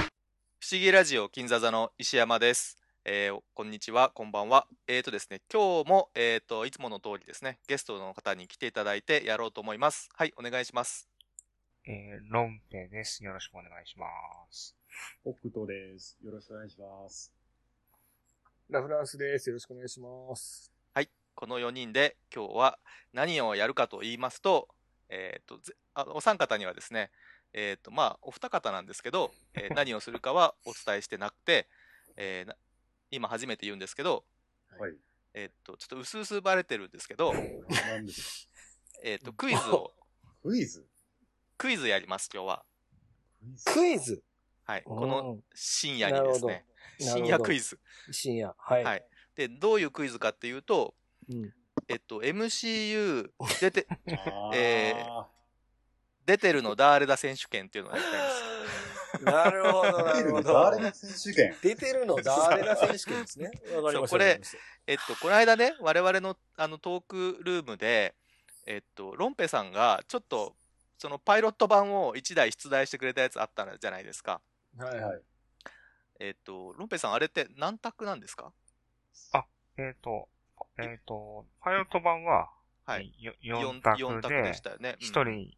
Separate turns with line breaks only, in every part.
不思議ラジオ金座座の石山です。えーこんにちは、こんばんは。えーとですね、今日も、えーと、いつもの通りですね、ゲストの方に来ていただいてやろうと思います。はい、お願いします。
えー、ロンペです。よろしくお願いします。
北斗です。よろしくお願いします。
ラフランスです。よろしくお願いします。
この4人で今日は何をやるかと言いますと、えーと、ぜあのお三方にはですね、えーと、まあ、お二方なんですけど、えー何をするかはお伝えしてなくて、えーな今初めて言うんですけど、
はい。
えーと、ちょっと薄々バレてるんですけど、
何です
えーと、クイズを、
かクイズ
クイズやります、今日は。
クイズ
クイズ
はい、この
うん
深夜にですね、深夜クイ
ズ。
ズ。
深夜。はい。
はいで、どういうクイズかっていうと、
うん
えっと、MCU 出て、
あー
え出てるの誰だ選手権っていうのをやりたいんです。
なるほど、な
出て
る
る
ほ
の
ど
誰。が選手権
出てるの誰だ選手権ですね。わかりました。
これ
わかりまし
えっと、この間ね、我々のあのトークルームで、えっと、ロンペさんがちょっと、そのパイロット版を1台出題してくれたやつあったじゃないですか。
たはい
は
はいい。
えっと、ロンペさん、あれって何択なんですか
えっ、と、えっ、と、パイロット版は、
はい。
よ
四
4択
四択で
で
し、たよね。うん
1人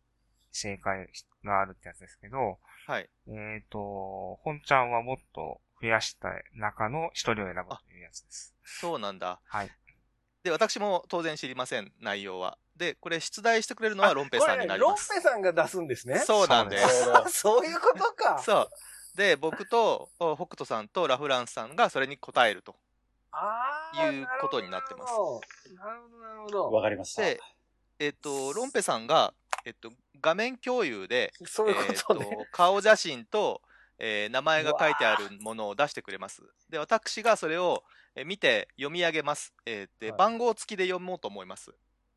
正解があるってやつですけど、
はい。
えっ、と、本ちゃんはもっと増やした中の1人を選ぶというやつです。
そうなんだ。
はい。
で、私も当然知りません、内容は。で、これ出題してくれるのはロンペさんになり
ロン
ま
ペ
す。
さんが出すんですね。
そうなんです。
ちょうど
そういうことか。
そう。で、僕とお北斗さんとラフランスさんがそれに答えると。
あー
いうことになってます
なるほど、なるほど。
わかりました。
で、えっと、ロンペさんが、えっと、画面共有で、
そういうことね
えっ。と、顔写真と、えー名前が書いてあるものを出してくれます。で、私がそれをえー見て読み上げます。えーで、
はい
番号付きで読もうと思います。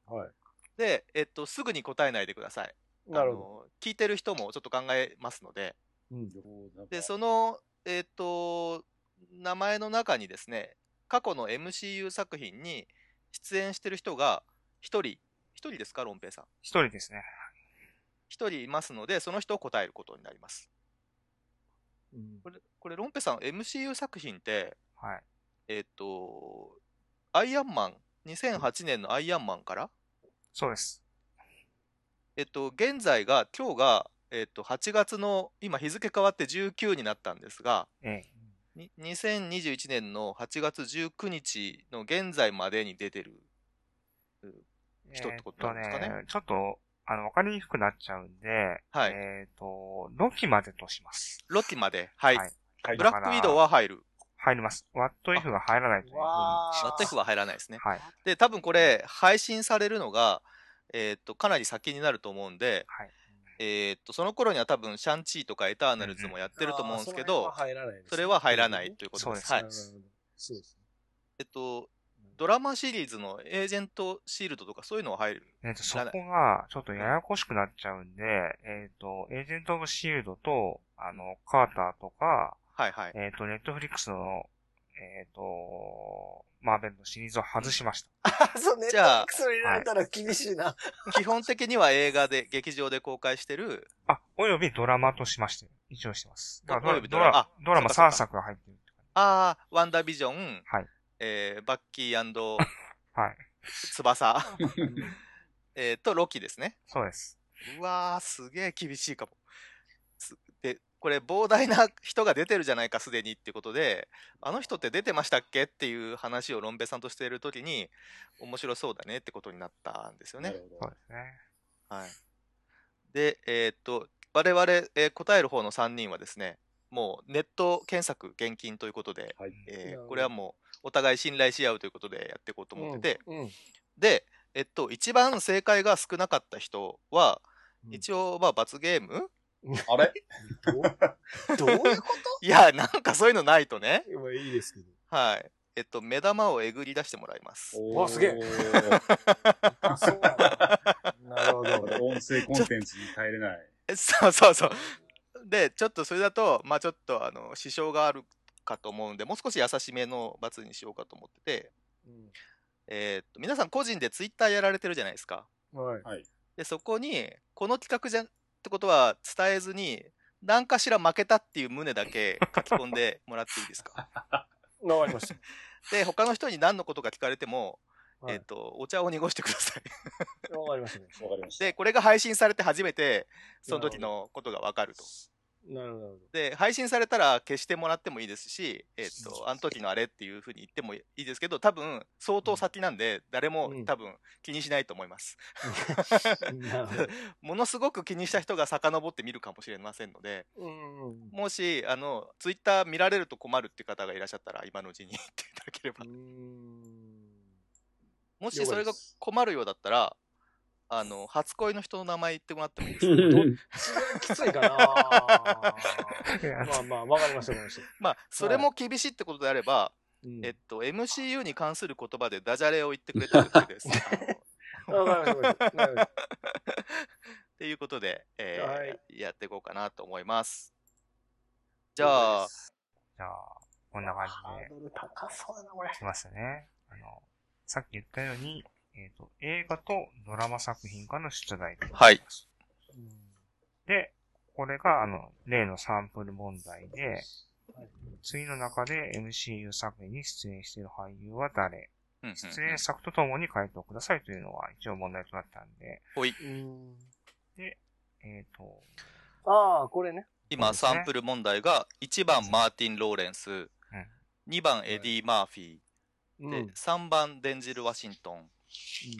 はい。
で、えっと、すぐに答えないでください。
なるほ
ど。
ど。
聞いてる人もちょっと考えますので、で、そ
の、
の、えっ、と、名前の中にですね、過去の MCU 作品に出演してる人が1人、1人ですか、ロンペイさん。
1人ですね。
1人いますので、その人を答えることになります。これ、これロンペイさん、MCU 作品って、
はい。
えっ、と、アイアンマン、2008年のアイアンマンから、
そうです。
えっ、と、現在が、今日が、えっ、と、8月の、今日付変わって19になったんですが、
ええ
に2021年の8月19日の現在までに出てる。人ってことなんですかね
えーとちょっと、あの、わかりにくくなっちゃうんで、
はい
えっ、と、ロキまでとします。
ロキまで。はい。
はい
はい
ブラックウィドウは入る。
入ります。ワット F が入らないというふうにし
わー
ワット F は入らないですね。
はい。
で、多分これ、配信されるのが、えーっと、かなり先になると思うんで、
はい。
えーっと、その頃には多分、シャンチーとかエターナルズもやってると思うんですけど
あー、その辺は入らないですね
それは入らないということです。
そ
は
う
い
なるほ。どそうですね。
えっと、ドラマシリーズのエージェントシールドとかそういうのは入る。
えっ、と、そこが、ちょっとややこしくなっちゃうんで、えっ、と、エージェント・オブ・シールドと、あの、カーターとか、
はいはい。
えっ、と、ネットフリックスの、えっ、と、マーベルのシリーズを外しました。
あ、そう、ネッ ト
じ
フ
ゃあ
リックス入れられたら厳しいな。
基本的には映画で、劇場で公開してる、
あ、およびドラマとしまして、一応してます。
あ
だから
およびドラマあ
ドラマ
そうかそう
3
か
作が入ってるって感
ああ、ワンダービジョン、
はい
えーバッキー
じ。はい。
翼、 えーとロキですね。
そうです。
うわー、すげえ厳しいかも。すで、これ膨大な人が出てるじゃないか、すでにってことで、あの人って出てましたっけっていう話をロンベさんとしているときに、面白そうだねってことになったんですよ
な
ね。
るほ
そう
ど
ですね。
はい。で、えーっと、我々、えー答える方の3人はですね、もうネット検索現金ということで、
はい。
えー
なるほど
これはもうお互い信頼し合うということでやっていこうと
と
思ってて、
うん。
で、えっと、一番正解が少なかった人は、
うん
一応、まあ、罰ゲーム
あれ
どういうこ
いや、なんかそういうのないとね。
と まあいいですけど。
はい。えっと、目玉をえぐり出してもらいます。
お
わすげえ
え。
あ、そうなんだ。なるほ ど。
音声コンテンツに耐えれない。
えそうそうそう。で、ちょっとそれだと、まあちょっと、あの、支障があるかと思うんで、もう少し優しめの罰にしようかと思ってて、えーっと、皆さん個人でツイッターやられてるじゃないですか。
うんはい。
はい。
で、そこに、この企画じゃんってことは伝えずに、何かしら負けたっていう旨だけ書き込んでもらっていいです か
わかりました。
で他の人に何のことか聞かれても、
はい
えっとお茶を濁してください
わかりましたね。
わかりました。
でこれが配信されて初めてその時のことが分かると
なるほどなるほ
で配信されたら消してもらってもいいですし、えっとあの時のあれっていうふうに言ってもいいですけど多分相当先なんで誰も
うん
多分気にしないと思います、
ど。なるほど。
ものすごく気にした人が遡って見るかもしれませんので
うん。
もしあのツイッター見られると困るっていう方がいらっしゃったら今のうちに 言っていただければもしそれが困るようだったらあの初恋の人の名前言ってもらってもいいですか
きついかなまあまあ、わかりました、わかりました。
まあそれも厳しいってことであれば、
うん
えっと MCU に関する言葉でダジャレを言ってくれたらいいです あの
わかりました、わかりましたなるほど。
っていうことで、えー
はい
やっていこうかなと思います。じゃあ、
じゃあ、こんな感じで。
ハードル高そうだな、これ。
しましたね。あの、さっき言ったように、えっ、と、映画とドラマ作品からの出題と。
はい。
で、これが、あの、例のサンプル問題で、次の中で MCU 作品に出演している俳優は誰
うんうんうん
出演作とともに回答くださいというのは一応問題となったんで、
うん。
えっ、と、
ああ、これね。
今、
そうですね
サンプル問題が、1番マーティン・ローレンス、2番エディ・マーフィ
う
ー、
ん
で、3番デンジル・ワシントン、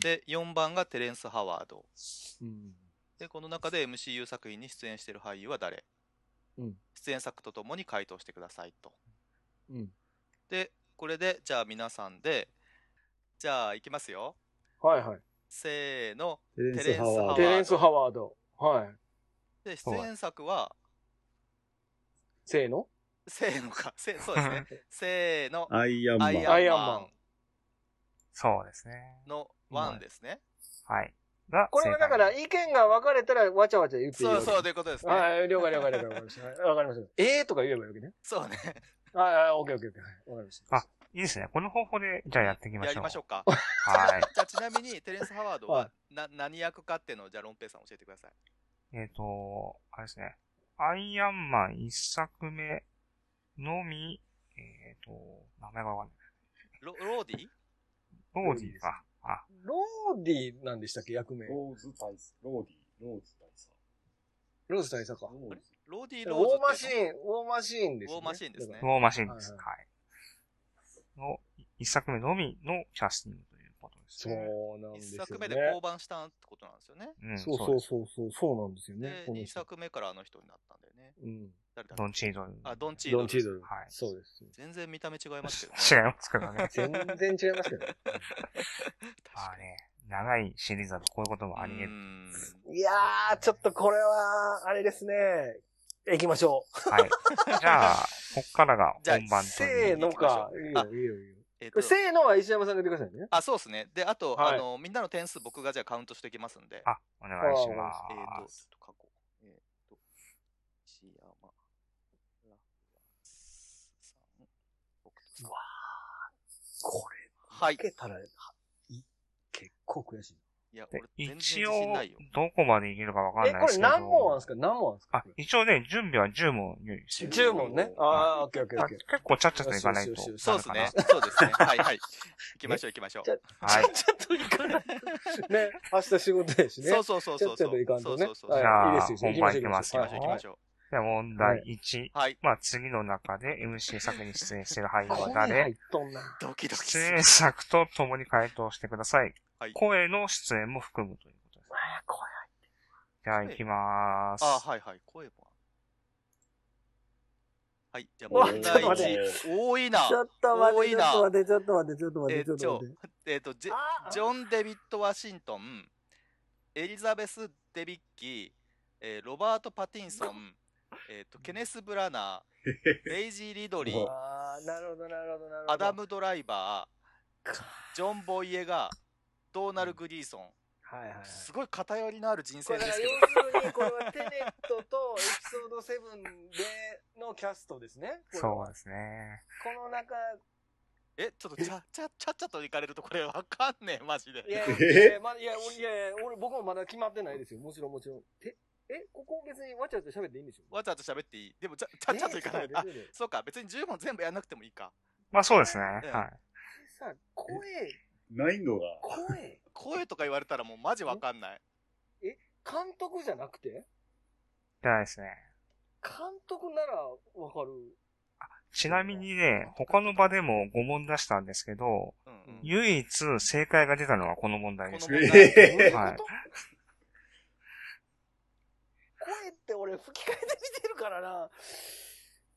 で、4番がテレンス・ハワード。
うん。
で、この中で MCU 作品に出演している俳優は誰、
うん
出演作とともに回答してくださいと。
うん。
で、これで、じゃあ皆さんで、じゃあ、いきますよ。
はいはい。
せーの。
テレンス・ハワー
テ
ド。
レンス・ハワード。はい。
で、出演作は、
せーの。
せーのか。せそうですね。せーの。
アイアンマ
ア
ン。
イ
アン
アン
マ
マ
ン
そうですね。
ンのワンですね。
はい。が、
これはだか
正
ら
解
意見が分かれたらわちゃわちゃ言っていいわ
そ
け
うそう、ということですね。
はい、了解了解了解。わかりました。はいわかりました。ええー、とか言えばいいわけね。
そうね。
はいはい、オッケーオッケーオッケー。はいわかりました。
あいいですね。この方法で、じゃあやっていきましょ
や
う。
りましょうか。
はい。
じゃあ、ちなみに、テレンス・ハワード
は
は、な、何役かっていうのを、じゃあ、ロンペイさん教えてください。
えっ、と、あれですね。アイアンマン一作目のみ、えっ、と、名前がわか
ロローディ
んない。ローディーか。あ、
ローディなんでしたっけ、役名。
ローズ大佐。ローディ。ローズ大佐。
ローズ大佐か。
ローズ
ローディ・
ウ
ローズ
ォーマシ
っていうの。
ーン、ウォーマシーンですね。
ウォーマシーンですね
ウォーマシンです。
だかは
はいい、の、一作目のみのキャスティングということです
ら
ね。
そうなんです
一
よ
作目で降
ね。
板したってことなんですよね。
うん、
そう
で
そうそうそう、そうなんですよね
で。、
この
二
人。
作目からあの人になったんだよね。
うん。
誰だ
す
っけ
ドンチードル。
あ、ドンチード
ド
ル
ン・チードル。
はい
そうです。。
全然見た目違い ますけどね。
違いますけどね
全然違いますけ どね。
まあね、長いシリーズだとこういうこともあり得
うー
る。
ん
いやー、ちょっとこれは、あれですね。行きましょ
はい。じゃあ、こっからが
じゃあ
本番
う。
という。
せーのか。いい
あ
よ、いいよ、いいよ。
えっ
ことれせーのは石山さんが言ってくださいね。
あ、そうですね。で、あと、
はい
あの、みんなの点数僕がじゃあカウントしていきますんで。
あ、お願いしま
えっ、と、
す。
ちょっと過去。えっ、と、石山、ラフランスさん、僕とさん。
こ
はい。
けたら、結構悔しい。
いや、
で
俺、全然自
一応
信ないよ。、
どこまでいけるかわかん
え、
ない
こ
です
れ
けど。
何問あるんですか何問あるんです
あ
か、
一応ね、準備は10問用意してる。
?10 問ね。ああ、オッケーオッケー
ま
オ
あ
ッケー。
結構ちゃっちゃといかないと。
よしよし
そうですね。。そうですね。はい はい。行きましょう行きましょう
じゃ。
は い。
ちょっといかない。 ね、明日仕事やしね。
そうそうそう
ち
そ
ょ
う
っち
そう。
ゃといかん
そ
と
う
ね。
そうそう。
は
行
い
じゃあ
いいですよ
本番いきます
き
よ
ましょう行きましょう。
では問題1。
はい。
まあ、次の中で MC 作に出演している俳優
こ
は
こに入
誰
っとんな。
ドキドキす
出
る
演。作と共に回答してください。
はい
声の出演も含むということです。
あ怖い。
じゃあ、行きまーす。
あ、はいはい。声も。はい。じゃあ、
うわ
問題
ちょっと待って
1。多いな。
ちょっと待って、
多い
ちょ
な
っと待って、ちょっと待って、ちょっと待っ
え
て、ち
ー
ょっと
と
待って。、
えーと、ジェ
あー
ジョン・デビッド・ワシントン、エリザベス・デビッキー、えーロバート・パティンソン、えーと、ケネス・ブラナー、デイジー・リドリー、
あーなるほど、なるほど、なるほど。
アダ。ム・ドライバー、ジョン・ボイエガー、ドーナル・グリーソン。
はいはいはい。
すごい偏りのある人
こ
生
れ
で
だから
すけ
要
ど。
するに、これはテネットとエピソード7でのキャストですね。これは
そうですね。
この中、
え、ちょっとちゃ、ちゃ、ちゃっちゃといかれるとこれわかんねえ、マジで。
いやい
え
や、まだ、いや、俺、いやいや、俺、僕もまだ決まってないですよ。もちろん、もちろん。て、え、ここ別にわちゃわちゃ喋っていいんでしょ
わちゃわちゃ喋っていいでも、ちゃちゃちゃっといかない。
ねえ
あ
ちょっと待ってちょっと待って
そうか、別に10問全部やらなくてもいいか。
まあそうですね。
ええ
はい。
さ、声、
難易度が、
声、
声とか言われたらもうマジわかんない。
監督じゃなくて
じゃないですね。
監督ならわかる。
ちなみにね、他の場でも5問出したんですけど、
うんうん
うん
唯一正解が出たのはこの問題です
こ。の
え
問題
え
どういうこと
はい
声って俺吹き替えて見てるからな。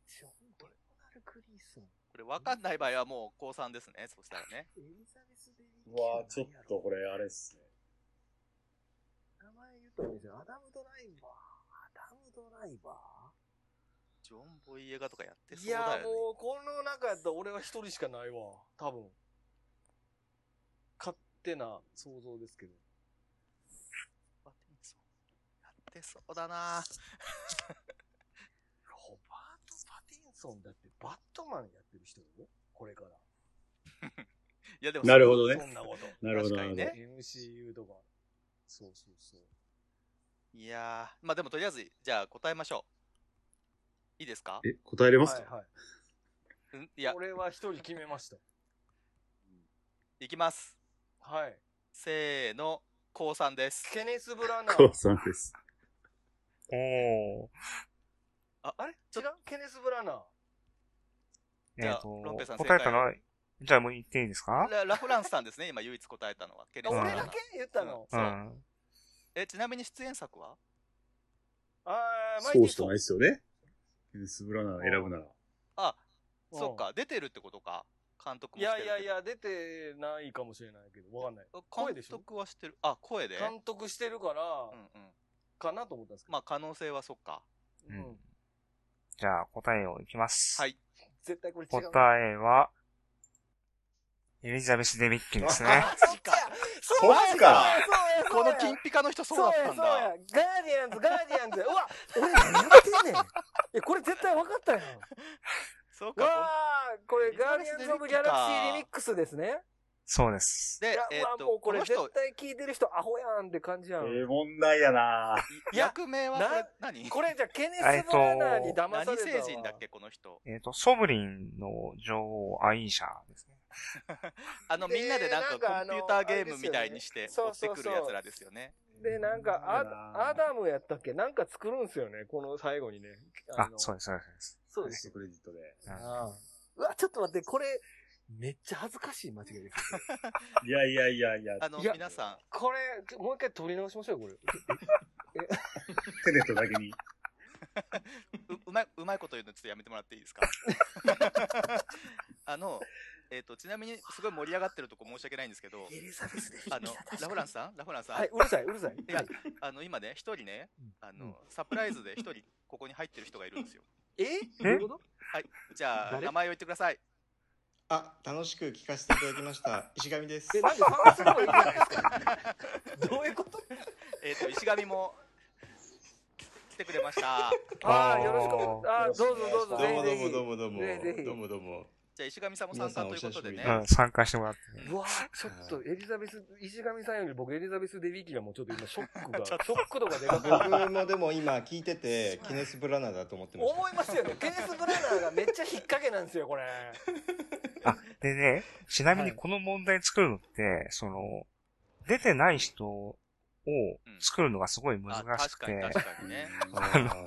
ちょどれもなるクリーソン。
これわかんない場合はもう高3ですね。そしたらね。
エリザベス・デリ
うわーちょっとこれあれっすね。
名前言ったらいいですよ。アダム・ドライバー。アダム・ドライバ
ジョン・ボイエガとかやって
ー
そうだよね。
うこの中やったら俺は一人しかないわ。多分。勝手な想像ですけど。
やってそうだな
ロバート・パティンソンだってバットマンやってる人よこれから。
いやでも、
なるほどね
そんなこと。
なるほど、
確
な
か
る
に
ほ
ね
ど。
MCU とか。そうそうそう。
いやー、まあでもとりあえず、じゃあ答えましょう。いいですか
え、答えれます
は
か
いはい。
うんいや、
俺は一人決めました。
いきます。
はい。
せーの、高3です。
ケネス・ブラナ
コ
ー
ウ。さんです。
おー。
あれ違うケネス・ブラナー。
じ
え
ゃあ
っ、と
ロンペさん、
答えたの
正
は、じゃあもう言っていいですか
ララフランスさんですね、今唯一答えたのは。ケネ
あ
ス
うん
俺だけ言ったの。
う。
そうんえ、ちなみに出演作は
あー、マイテ
そ
ィ
うしかないですよね。ケネス・ブラナー選ぶなら。
あ、
うん
そっか、出てるってことか。監督
い
もして
や
る
い
けど
やい。や、出てないかもしれないけど、わかんない。声
監
でしょ
督はしてる。あ、声で
監督してるから、
うんうん。
かなと思ったんですけど。
まあ可能性はそっか。
う
うんん。
じゃあ答えをいきます。
はい。
絶対これ違う。
答えは、エリザベス・デビッキンですね。
あ そっちや
そっか
そうやそうやそう
こ
や
の金ピカの人そうだったん
そうや
だ。、
そうや。ガーディアンズ、ガーディアンズ。うわ、俺何やってんねん。え、これ絶対分か ったよ。
そう
わ
か。
あ、これガーディアンズ・オブ・ギャラクシー・リミックスですね。
そうです。
で
いや、
え
ま
っ
あも
と、
うこ
こ
れ
の
絶
人、
対聞いてる人アホやんって感じやん。
ええ問題やなぁ。
いや
役名はこれ
な
何
これじゃケネス・
えっと
ブラナーに騙された
何
わ。
成人だっけ、この人。
えっ、と、ソブリンの女王、アイーシャですね。
あの、
で
みんなでなんかコ
なんか
ン
あ
ピ
の
ューターゲームみたいにして追
そう
って
そうそう
くる奴らですよね。
で、なんかア、アダムやったっけなんか作るんすよね、この最後にね。
あ、
の
そうです、そうです。
そうで
テス
す
トクレジットで。
そうです
ああうわ、ちょっと待って、これ、めっちゃ恥ずかしい間違いです。
いやいやいやいや。
あの、
いや
皆さん、
これ、ちょもう一回取り直しましょうよ、これ。
テネットだけに。
ううまいうまいこと言うのちょっとやめてもらっていいですか あの、えっ、と、ちなみにすごい盛り上がってるとこ申し訳ないんですけど、
エリザベスで
あの、ラフランスさんラフランスさん、
はい、うるさい、うるさい。
いやあの、今ね、一人ね
うん、
あ
う
の、サプライズで一人ここに入ってる人がいるんですよ。
えどういうこと
じゃあ、
誰
名前を言ってください。
あ、楽しく聞かせていただきました。石上です。
え、なんで探すのがいいんじゃないですかどういうこと
えっ、と、石神も来てくれました。
ああ、よろしくお願いあーどうぞどう
ど
ぞ、
う
ぜ
も
ひ
ど
ぜ
う
ひ。
もどうもどうも
ぜひぜひ。
どうもどうも。
じゃあ、石神さんも参加ということでね
皆。
う
さ
ん、参加してもらって。
うわちょっとエリザベス、石上さんより僕エリザベス・デビーキがもうちょっと今ショックが、ショック度がでかくなる。
僕もでも今聞いてて、ケネス・ブラナーだと思ってまし
思いますよね。ケネス・ブラナーがめっちゃ引っ掛けなんですよ、これ。
あ、でね、ちなみに
はい
この問題作るのって、その、出てない人を作るのがすごい難
あ
し
確
く
かに
て、
確かにね。
た。あーなるほ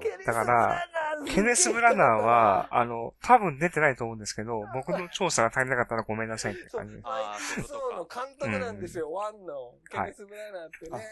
ど。
だからケネス・ブラナーは、、あの、多分出てないと思うんですけど、僕の調査が足りなかったらごめんなさいって感じ。
あーそういうこ
そうの
とか。
監督なんですよ、ワンの。ケネス・ブラナーってね。
はい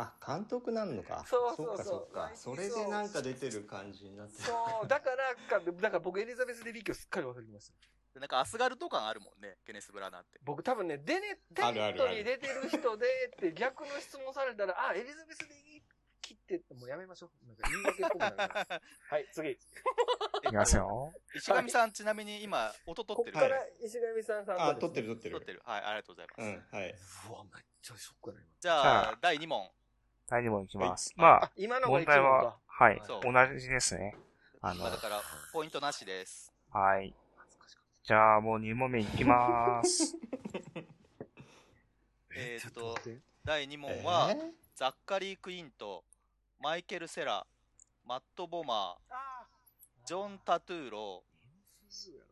あ、監督なのか。
そうそうそう
っかそっか。それでなんか出てる感じになってる。
そう、だからか、だから僕エリザベス・デビーキをすっかり忘れてました。
でなんかアスガルド感あるもんね、ケネス・ブラナーって。
僕多分ね、デネ、デ
あ
ネ
るあ
ッ
る
ト
ある
に出てる人でって逆の質問されたら、あ、エリザベス・デビーキって、もうやめましょう。なんか言い訳っぽくなるから。はい、次。
えっ
いきます
と
よ。
石神さん、ちなみに今、音取
こ
っ
こ
て
か
る。
ら石上さん参加です
あ、
ね
撮ってる撮って
撮っ
る。
てる。はい、ありがとうございま
う
す。
ん、はい。
うわ、めっちゃショックだな、
じゃ
さ
あ
あ、
第2問。
第2問いきます。
はい
ま
今。今
あ、
のが
問
一
題
問
は
か。、
はい、
そう
同じですね。あの
今、だから、ポイントなしです。
はい。じゃあ、もう2問目いきまーす。
えーっ
ちょっ
と
と待って
第2問は
え、ー
ザッカリー・クイーンとマイケル・セラ、マット・ボマ
ああ。
ー、ジョン・タトゥーロ、
MCU やろ。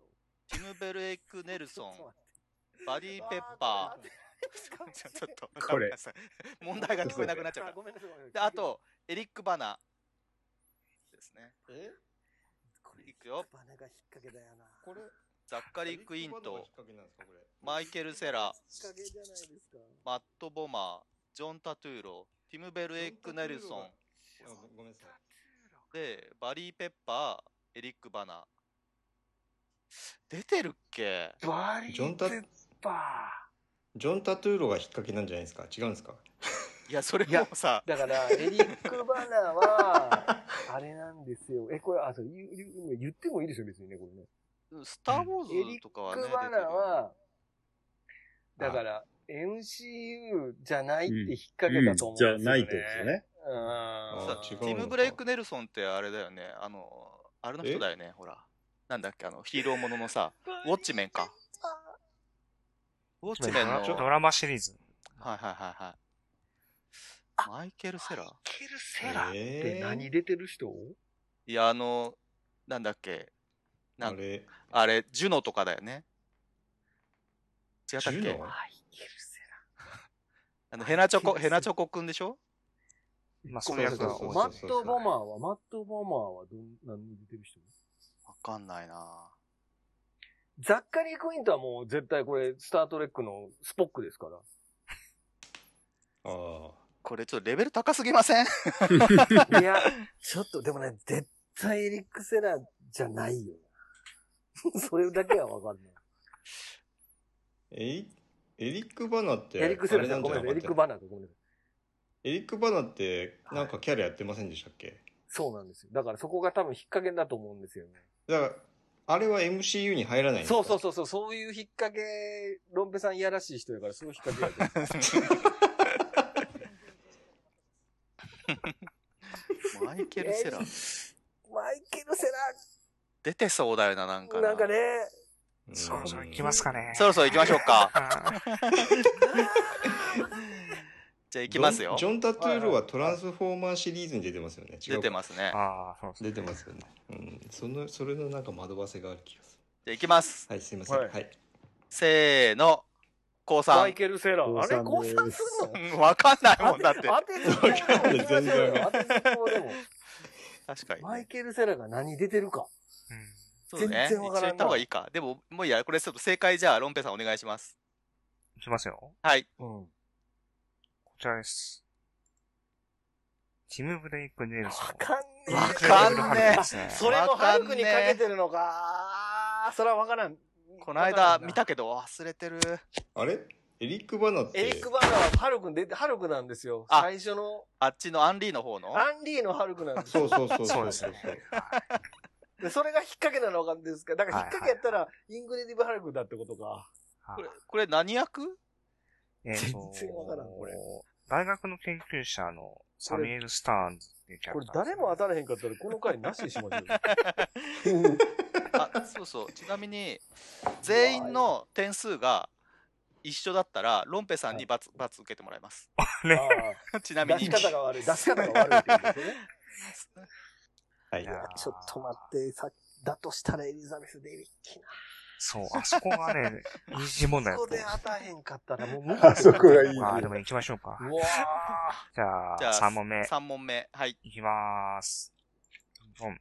ティム・ベルエック・ネルソ
ちょ
ン、
っと待って
バディ・ペッパー。
あー
ちょちょっと、ご
これ
めんなさい問題が聞こえなくなっちゃう
あ
か
ごめんなさい。ごめんなさい
ら。で、あ、と、エリック・バナですね。
え
これ
いくよ
バナが引っ掛けだよな。
これ
ザッカリー・クイン
バナナが
ト
引っ、掛けなんですかこれ
マイケル・セラ、
引っ掛けじゃないですか。
マット・ボマー、ジョン・タトゥーロ、ティム・ベルエック・ネルソン、
あごごめんなさい
で、バリー・ペッパー、エリック・バナ出てるっけ
バリ
ジョンタ
ペッパ
ジョン・タトゥーロが引っ掛けなんじゃないですか違うんですか
いや、それ
いや
もさ、
ー。だから、エリック・バナは、あれなんですよ。え、これ、あ、そう、言う言う言ってもいいですよ、別にね、これね。
スター・ウォ
エ
ー
リ
ズ
ッ
とかは
ク
ね、出てる
バナは、だから、MCU じゃないって引っ掛けたと思うんです
じ
よ、
ゃ
ね
ないってことですよ。ね。
あ
う
違
ん。
う
ティム・ブレイク・ネルソンってあれだよね、あの、あれの人だよね、ほら。なんだっけ、あの、ヒーローもののさ、ウォッチメンか。ウォッチメンの、はい
ちょっとド
はい
ラマシリーズ。
はいはい。マイケル・セラ
ケルセラっ
えー
て何出てる人
いや、あの、なんだっけ、な
あ
ん
れ
あれ、ジュノとかだよね。違ったっ
ジュ
け
ノ
マイケルセ
あの、ヘナチョ
マイケ
コ、
ルセラ
ヘナチョコくんでしょ
まあ、
ご
そう
め
い
ん
う
な
役
さい
が多
ラ。
い。
マット・ボマーは、マット・ボマーはどん、何に出てる人
わかんないな
ザッカリー・クイントはもう絶対これ、スタートレックのスポックですから。
ああ
これちょっとレベル高すぎま せん
いや、ちょっと、でもね、絶対エリック・セラじゃないよな。 それだけはわかんない。
エリエリック・バナって
エリック・セ
あ
ラ
れ
じゃ
なんん
ご
じゃ
めんなさ
なか
い、エ
っ
リック・
た
バナーとごめんなさい。
エリック・バナってなんかキャラやってませんでしたっけ
そうなんですよ。だからそこが多分引っ掛けだと思うんですよね。
だからあれは MCU に入らないんです
そ
か
うそうそうそう、そういう引っ掛け、ロンペさんいやらしい人やから、そういう引っ掛けやで
マイケル・セラ
えマイケル・セ
出てそうだよな、なんか
ラ、なんかね、
うん
そろそろ行きますかね。
そろそろ行きましょうか。
あ
じゃあ行きますよ
ジ。ョン・ジョンタトゥーロはトランスフォーマーシリーズに出てますよね。違う
出てますね。
あー、そうです
出てますよね。うん。その、それのなんか惑わせがある気がす
じゃあ行きます。
る。はい、すいません。
は
はいい。
せーの、高
マ
三
イ。ケル・セラ
降
あれ、
参
降参
です
するの
うんわかんないもんだって。
当てずっぽうで
わかんない全然わ
当てずっぽうでも。
確かにね、
マイケル・セラが何出てるか。
うん
そうね。
全然わからん
一緒に
な
行った方がいいか。でも、もういいや、これちょっと正解じゃあ、ロンペさんお願いします。
いきますよ。
はい。
うん。
こちらです。ティム・ブレイク・ネル
わ
ソン。
かんねえ。
わかんねえ
え
それもハルクにかけてるのか。あーそれはわからん。
この間見たけど忘れてる。
あれエリック・バナって。
エリック・バーナーはハルクに出て、ハルクなんですよ。
あ
最初の、
あっちのアンリーの方の
アンリーのハルクなんです
そうそうそう
そうですね。
で、それが引っ掛けなのかんですかだから引っ掛けやったら、イングレディブ・ハルクだってことか。
これ、これ何役
えっと
全然わからんこれ
大学の研究者のサミュエル・スターンズっていうキャ
こ
ラク
れ
ターですね
誰も当たらへんかったら、この回なしにしましょうよ。
あ、そうそう。ちなみに、全員の点数が一緒だったら、ロンペさんに罰、罰受けてもらいます。ちなみ
あー
に。
出し方が 悪い。出し方が悪いってことですね。
はい
い。やー
ちょっと待って、さだとしたらエリザベス・デイビッキーな。
そう、あそこが ね、二次問題だ
そ
と
こ
思う
で当たらへんかったら、もう無理
あそこがいい。
あー、でも行きましょうか。
うわ
じ
じ
ゃ
ゃ
あ、
あ
3問目。
3問目。はい。
いきまーす。うん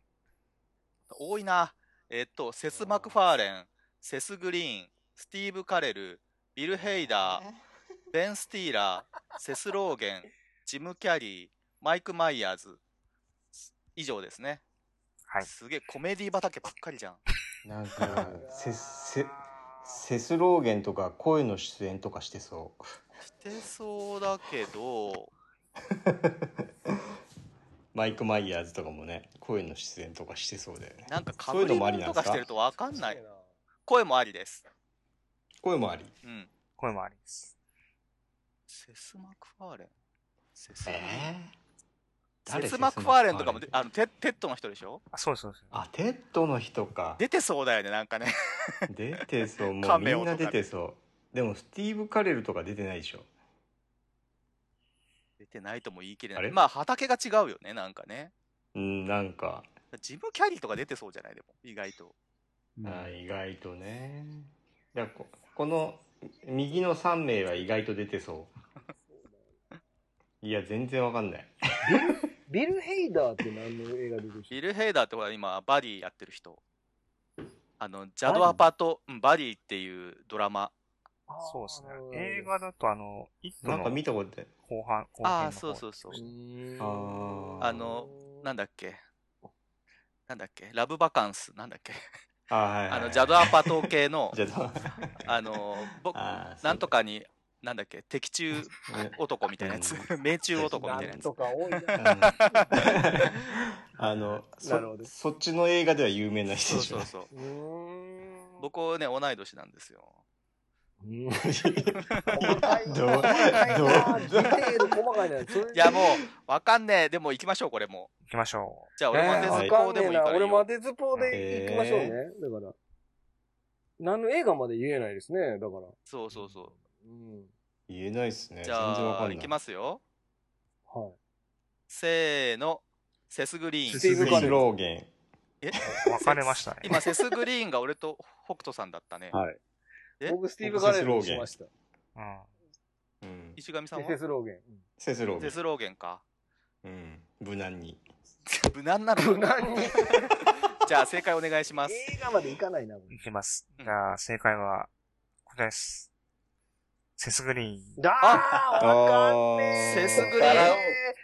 多いな。えっと、セス・マクファーレン、セス・グリーン、スティーブ・カレル、ビル・ヘイダー、ベン・スティーラー、セス・ローゲン、ジム・キャリー、マイク・マイヤーズ。以上ですね。
はい
すげえ、コメディ畑ばっかりじゃん。
なんか、せ、せ、セスローゲンとか声の出演とかしてそう。
してそうだけど、
マイク・マイヤーズとかもね、声の出演とかしてそうだよね。
なんかか
そうい
ぶ
うの
り
もあり
物
なん
とか
です
し
か
てるとわかんない
ー。
声もありです。
声もあり。
うん。
声もありです。
セス・マクファーレン。セス,、
誰
セス・マクファーレンとかもで、あのテ、テッドの人でしょ
あ、そうです、そうです。
あ、テッドの人か。
出てそうだよね、なんかね。
出てそう、も
カ
うみ
メオ
ん
とか
な
ね
出てそう。でも、スティーブ・カレルとか出てないでしょ。
出出てないとも言い切れ
あ
な
れ
い。まあ、畑が違うよね、なんかね。
うん、なんか、
ジム・キャリーとか出てそうじゃないでも、意外と。
あ意外とね。いやここの右の3名は意外と出て そう。いや、全然わかんない。
ビル・ヘイダーって何の映画出てき
ビル・ヘイダーってほら、今、バリーやってる人。あの、ジャドアパと、うんバリーっていうドラマ。
た
そうです
あーなるほど
ね。映画だとあの、一
なんか
の
見たことない。
後半、後
あ
半
あ、そうそうそう。
あー
あの、なんだっけ。なんだっけラブバカンス、なんだっ け
あ、はい、はい。
あの、ジャドアパト系の
、ジャドア
あの、僕、
あーそう
なんとかに、なんだっけ、敵中男みたいなや つ、命中男みたいな
な
や
ん
つ
と。か多いな。
あの、
なるほど
そそっちの映画では有名な人
そう
でし
そ
ょ
う。そう。
うーん
僕ね、同い年なんですよ。
細かいな。細
どう
かい
ど
な。ディ
う
テール細かいな。それ
いや、もう、わかんねえ。でも行きましょう、これも。
行きましょ
じゃあ、俺
え
も
ー
手
は
作
い
法でもいいから
わんねえな俺
いい
も
よ。
当てずっぽうで行きましょうね。だから。何の映画まで言えないですね。だから。
そうそうそ
うん。
言えないっすね。
う。じ
全然わ
ゃ
か
あ、
んない。
行きますよ。
はい。
せーの、セスグリー
セ
ン
ス。
ス
スロ
ローゲ
え
う。分かれましたね。
今、セスグリーンが俺と北斗さんだったね。
はい。
え
僕、スティーブ・ガレーにしました。
うん。
ン。うん。
石上さんは
セスローゲン。
セスローゲ
セ
ン
ス。ローゲンか。
うん。無難に。
無難なの
無難に。
じゃあ、正解お願いします。
映画まで行かないな、これ
いきます。
うん
じゃあ、正解は、これです。セスグリーン。
だーわかんねえ。
セスグ
リーン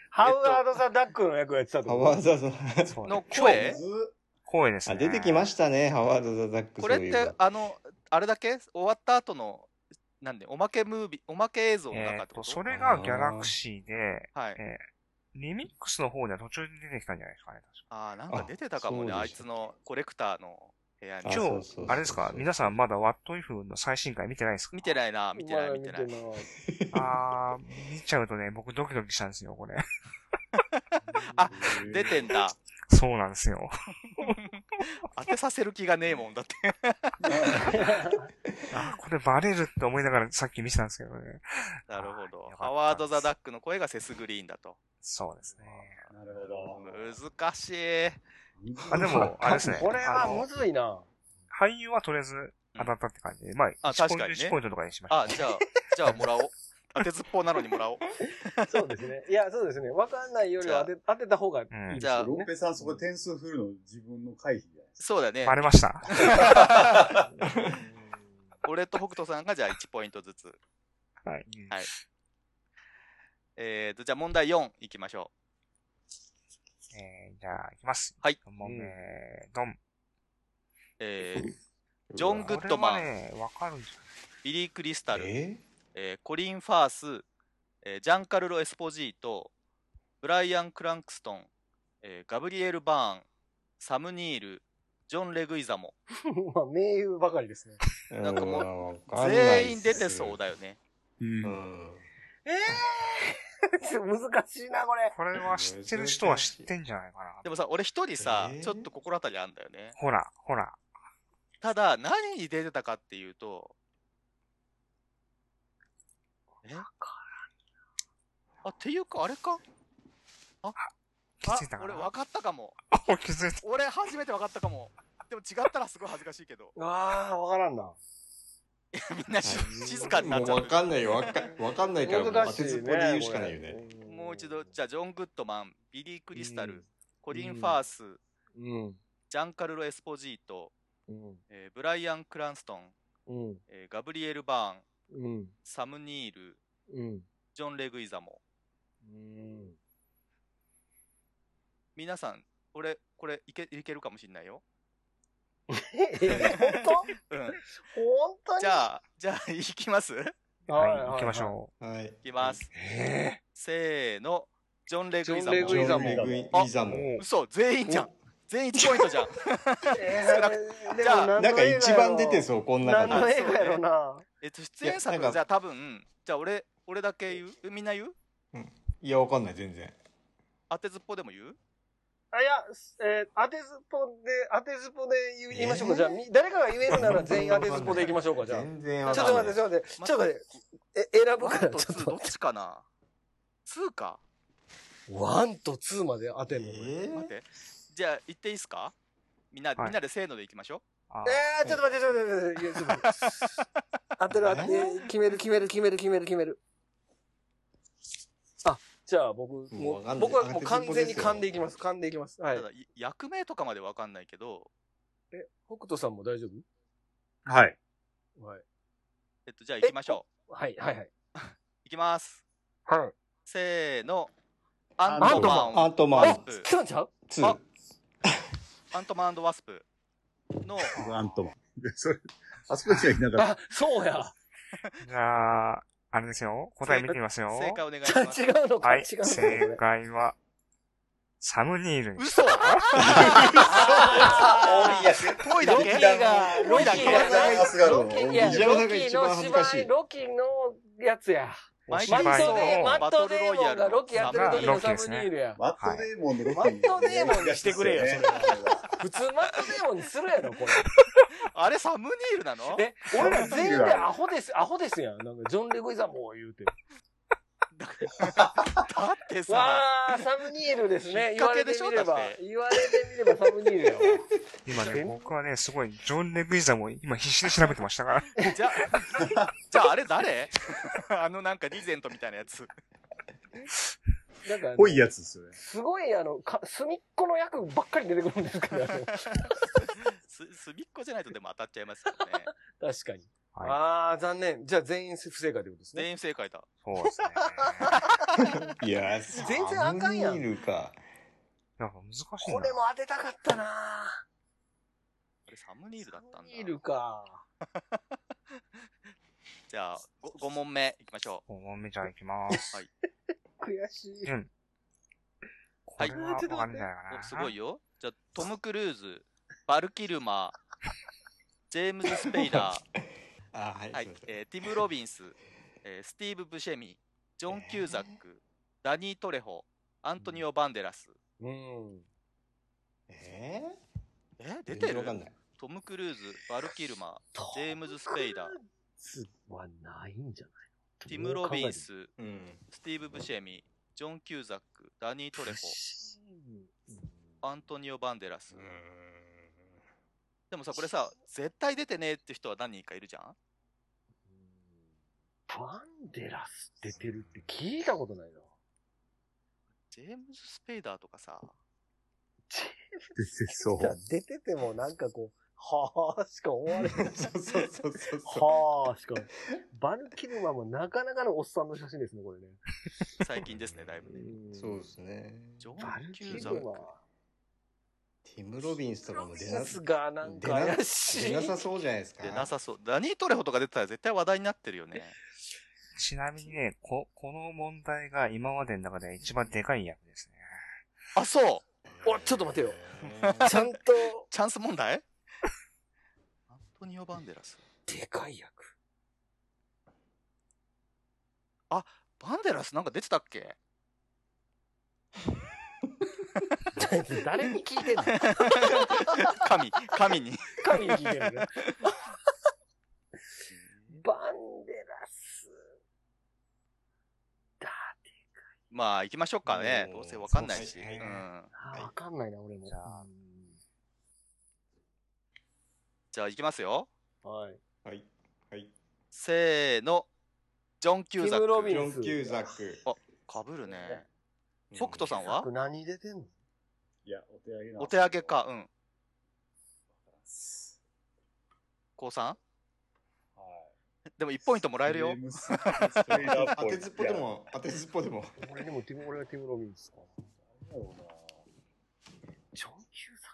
ハウアード・ザ・ダックの役をやってたと
ハ
こ
ワード・ザ・
そう
の
今日
声
むず
光栄です
あ
ね。
出てきましたね、ハワード・ザ・ザック。
これっ
そういえ
て
ば、
あの、あれだけ終わった後の、なんで、おまけムービー、おまけ映像の
え
中
ー
っ
ってと、
こと、
それがギャラクシーで、
はい。
えーリミックスの方では途中で出てきたんじゃないですかね、
ああ、なんか出てたかもね、
あ
あ
そう
い
でし
つ
た
のコレクターの部屋に。
あ
確か。今
そうそうそう
日、あれですか皆さんまだ What If の最新回見てないですか
見て
い。
ないな、見てない、見 てない。
あー、見ちゃうとね、僕ドキドキしたんですよ、これ。
あ出てんだ。
そうなんですよ。
当てさせる気がねえもんだ って。
あーこれバレるって思いながらさっき見てたんですけどね。
なるほ
よかっ
ど
た。
ハワード・ザ・ダックの声がセス・グリーンだと。
そうですね。
なるほ
難しい。
ど。
あ、でも、あれですね。
これは
あの
むずいな。
俳優はとりあえず当たったって感じで、まあ、
あ
1ポ
確
イン
か
ト
にね
1ポイントとかにしまし
あ、 じゃあ、じゃあもらおう。当てずっぽうなのにもらおう。
そうですね。いや、そうですね。わかんないよりは当て当てた方がいいですよね。
うん
じゃあ
ローペさん、そこ点数振るの自分の回避じゃないですか。
そうだね
た。バ。レました。
俺と北斗さんがじゃあ1ポイントずつ。
はい。
えーと、じゃあ問題4いきましょ
えー、じゃあ、いきます。
はい。
もめドン。
う。え ージョン・グッドマ
こ
ン、
れはね、わかるんじ
ビリー・クリスタル、
え
えーコリン・ファース、えージャンカルロ・エスポジート、ブライアン・クランクストン、えーガブリエル・バーン、サム・ニール、ジョン・レグイザモ。
まあ、名優ばかりですね。
ー
なんかもう
うわかんないっす
全員出てそうだよね。
うん
うん。
ええ難しいな、こ
ゃ
れ
ん。。これは知ってる人は知ってんじゃないか
で
な。
もさ、俺一人さ、
えー
ちょっと心当たりあんだよね。
ほら、ほら。
ただ、何に出てたかっていうと、えあ、っていうか、あれか
気
あ
づいた、か
俺
な
分かったかも。
あ、 気づいた。
俺初めて分かったかも。でも違ったらすごい恥ずかしいけ ど。
ああ、わからんな。
みんなし静かになっちゃ
もう
う
わ。かんないよ。わかわかんないから、もう
難
当
しい
て
ね。
ずっぽうで言うしかないよね。
これ
もう一度、じゃあ、ジョン・グッドマン、ビリー・クリスタル、コリ
う
ン・
ん
ファース、
うん。
ジャンカルロ・エスポジート、
うん。
えーブライアン・クランストン、
うん。
えーガブリエル・バーン、
うん。
サム・ニール、
うん。
ジョン・レグイザモ。
うん。
皆さん、俺、これいけ、いけるかもしんないよ。
え、え本
うん。
当本当に
じゃあ、じゃあ、 いきますい
はい、行きまし
う。
ょ
はい。
きます。
え
せーの、ジョン・レグイザ
ジョンレ
ー
モ
グ。イザモ
ジョンレグイザモ
う。
嘘、全員じゃん。全員1ポイントじゃん。
え
少な
ーでも
じゃあ
なんか一番出て
う。
そう、こん中
何の
で。
映画やろな。
えっと、出演
いやな
作、
んか
じゃあ多分、じゃあ俺、俺だけ言うえみんな言う
いや、わかんない、全然。
当てずっぽうでも言う
あ、いや、えー当てずっぽで、当てずっぽで言い言いましょうか。じゃあ、み誰かが言えるなら全員当てずっぽでいきましょうか、じゃあ。
全然
ちょっと
わかん
待っ
な
て、
い
ち。ょっと待って、ちょっと待って。え、選ぶから、
ワンと
ちょっ
ツー
と
どっ
待って。
ちかな2か
ワンとツーまで当てんのこれ。
え
待ってじゃあ言っていいですかみんな、
はい
みんなでせーのでいきましょ
あ
えー、ちょっと待って、ちょっと待って、ちょっと待っていやちょっと待って。 当てる当てる。決める決める決める決める決める。あ、じゃあ僕、
も
も
うわかんな
う
い
僕はもう完全に
当てて一本ですよ
噛んでいきます。噛んでいきます。
う、
はい
た。だい役名とかまでわかんないけど、
え、北斗さんも大丈夫
はい。
はい。
えっと、じゃあ行きましょ
はい、はい、はい。
ういきます
はい。
せーの
ア
ア
ン
ン
トマン
トマン
アントマ
あ
ン、
うん
来たんちゃう
2。
アントマンワスプの
アントマン。いやそれ、あそこじゃいなかっ
あ、そうや。
じゃあ、あれですよ。答え見てみますよ。
正解お願いし
じゃ
ます
あ違うのか、
は
違
い。
うのか。
正解は、サムニールです。
嘘
あー
いや、ぽいだ
ロ
け
キが、ロキがロキいや
自分の
ロ
中で
キ
一番
の
恥ずかし
芝
い
居、ロキのやつや。
マイク
マ
ロ
ッ
芝居の
トデー、マ
バ
ッ
ト
ト
ル
デー
ロイ
モ
ヤ
ン
ルの
がロキやってる時のサムニールや
た。。マットデーモンのロ
マットデーモンにして
くれよ
それ
普通マットデーモンにするやろ、これ。
あれサムニールなの
え、俺ら全員でアホです、アホですやん。なんか、ジョン・レグイザも言うて。
だって
わ
さ、
ー、サムニールですね。
きっ
言わ
かけ
れて
でしょ
みれば
だっ。て
言われてみればサムニールやわ。
今ね、
全
僕はね、すごい、ジョン・レグイザーも今必死で調べてました から。
じゃあ、じゃああれ誰 あのなんかリゼントみたいなやつ。
なんかあの、
ぽいやつです よね。
すごい、あの、か隅っこの役ばっかり出てくるんですから、ね、
す、隅っこじゃないとでも当たっちゃいますよね。
確かに。
はい
あー、残念。じゃあ全員不正解ということですね。
全員不正解だ。
そうですね。
いや、
全然あかんやん
サムニールか。
なんか難しい
こ
な。
れも当てたかったな
あれサムニールだったん
ニール
だ。
か。
じゃあ、5問目いきましょ
5問目じゃあいきます。
悔しい。
これはわかんないか
う。お
な。
すごいよ。じゃあ、トム・クルーズ、バルキルマー、 ジェームズ・スペイダー、
あ、はい。
はい
すいません
えーティム・ロビンス、えースティーブ・ブシェミ、ジョン・キューザック、ダニー・トレホ、アントニオ・バンデラス。
うん。
え
え
ー
出て
全然
る
わかんない。
トム・クルーズ、バルキルマー、ジェームズ・スペイダー、
はないんじゃない
ティム・ロビン。ス、
うん。
スティーブ・ブシェミ、ジョン・キューザック、ダニー・トレホ、アントニオ・バンデラス
う。ん
でもさ、これさ、絶対出てねえって人は何人かいるじゃん
バンデラス出てるって聞いたことないな。
ジェームズ・スペイダーとかさ、
出てそう。
出ててもなんかこう、はぁーしか思われない。
そうそうそうそうそう。
はぁーしか。バルキルマもなかなかのおっさんの写真ですね、これね。
最近ですね、だいぶね。
そうですね。
ジョ
バ
ン・
ル
キ
キ
ュー
ル
ザ
マ
ック。
ティム・ロビンスとかも出な
さ
さ
すがなんか怪しい
出。なさそうじゃないですか。
でなさそう。ダニー・トレホとか出てたら絶対話題になってるよね。
ちなみにね、こ、この問題が今までの中で一番でかい役ですね。
あ、そう
おちょっと待てよ
えー。
ちゃんと、
チャンス問題アントニオ・バンデラス。
でかい役。
バンデラスなんか出てたっけ
誰に聞いてんの
神、神に。
神に聞いてるね。バンデラス。だ
まあ、行きましょうかね。
う
ど
ん
うせわかんないし。
そううですね
ん。
あ
い
わかんないな、俺も。
じゃあ
じゃあ、行きますよ。
はい。
はい。はい。
せーの。ジョン・キューザ
ティムロビ
ジ
ッ
ン
ク。
ョン・キューザック。
かぶるね。北斗さん
あ
は
何出てんの
いや、お手上げな。
お手上げか。うん。高 3?
は
でも1ポイントも
い。
らえるよ
ゲー。ムスペイダーっぽ
当
い
てずっぽで。も、当てずっぽでも。
俺でもティム、俺はティム・ロビンスかな。
いやなんだろ
ジョン・キュー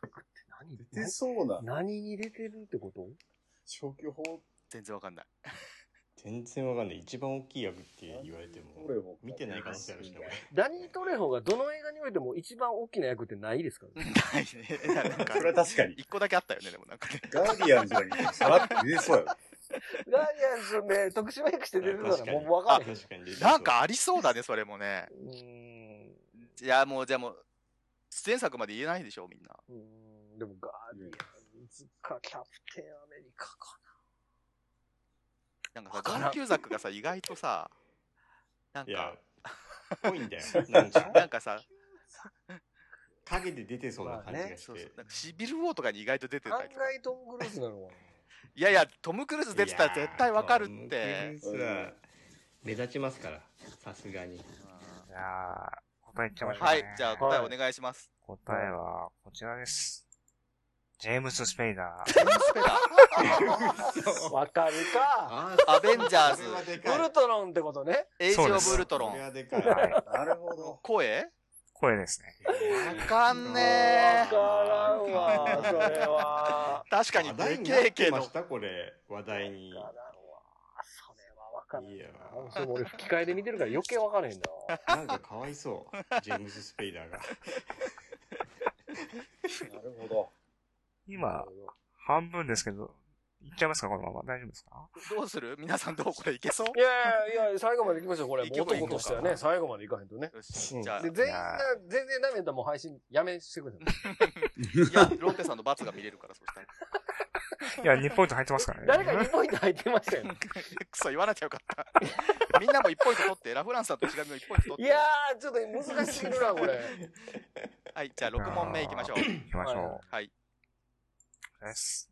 ザックって何
うな出てそうな。
何に出てるってこと
消去法
全然わかんない。
全然わかんない。一番大きい役って言われて
どれ
も。
も
見てない可能性あるしね、
ダニー・トレホがどの映画においても一番大きな役ってないですからね。
ないね。なんか
それは確かに。
1個だけあったよね、でもなんかね。
ガーディアンズが見てさらっと出てそうやろ。
ガーディアンズね、徳島役して出
俺。
てた
確からに。
もうわかんない。
確かに出てそ う
なんかありそうだね、それもね。
うーん。
いや、もう、じゃあもう、前作まで言えないでしょ、みんな。
うーん、でもガーディアンズかキャプテンアメリカか
なんか
わ
さ、
からん
ガンキューザックがさ、意外とさ、なん
いや
か、、
ぽいんだよ。なんか、
なんかさ、
影で出てそうな感じがし
そうそう
て。
なんかシビルウォーとかに意外と出てた
案
けど
外トム・クルーズなのか
いやいやトム・クルーズ出てたら絶対わかるっ
いや
て
ー。トムクルーズは目立ちますから、さすがに。
じゃあ、答えいっちゃいましょう、ね。
はいじゃあ答えお願いします、
答えは、こちらです。ジェームス・スペイダー。
ジェームスペダー
な。わかるか。
あ
アベンジャーズ
それはで
ウ
かい
ルトロンってことね。
エイジ・
そう
オ
で
ブ・
す
ウルトロ
それ
ン
はでかい。
はい。
なるほど。
声
これですね。
わかんね
わからんわ、それは。
確かに
話題
無
になっ
経
て
験
ま
の
したこれ、話題に。
わからんわ。それはわからん
いや
な。そう俺吹き替えで見てるから余計わからへんな。
なんかかわいそう。ジェームス・スペイダーが。
なるほど。
今、半分ですけど、いっちゃいますかこのまま。大丈夫ですか
どうする皆さんどうこれいけそう
いやいやいや、最後まで行きましょう、これ。
行けば
男としてはね、最後まで行かへんとね。
よ
う
し
ん
じゃあ
で、全員が、全然ダメだったらもう配信やめしてく ださい。
いやローテさんの罰が見れるからそしたら
いや、2ポイント入ってますからね。
誰か2ポイント入ってましたよね。
クソ言わなきゃよかった みんなも1ポイント取ってラフランスさんと石神も1ポイント取って
いやー、ちょっと難しすぎるな、これ。
はいじゃあ6問目いきましょう
行きましょ
はい。
う。です。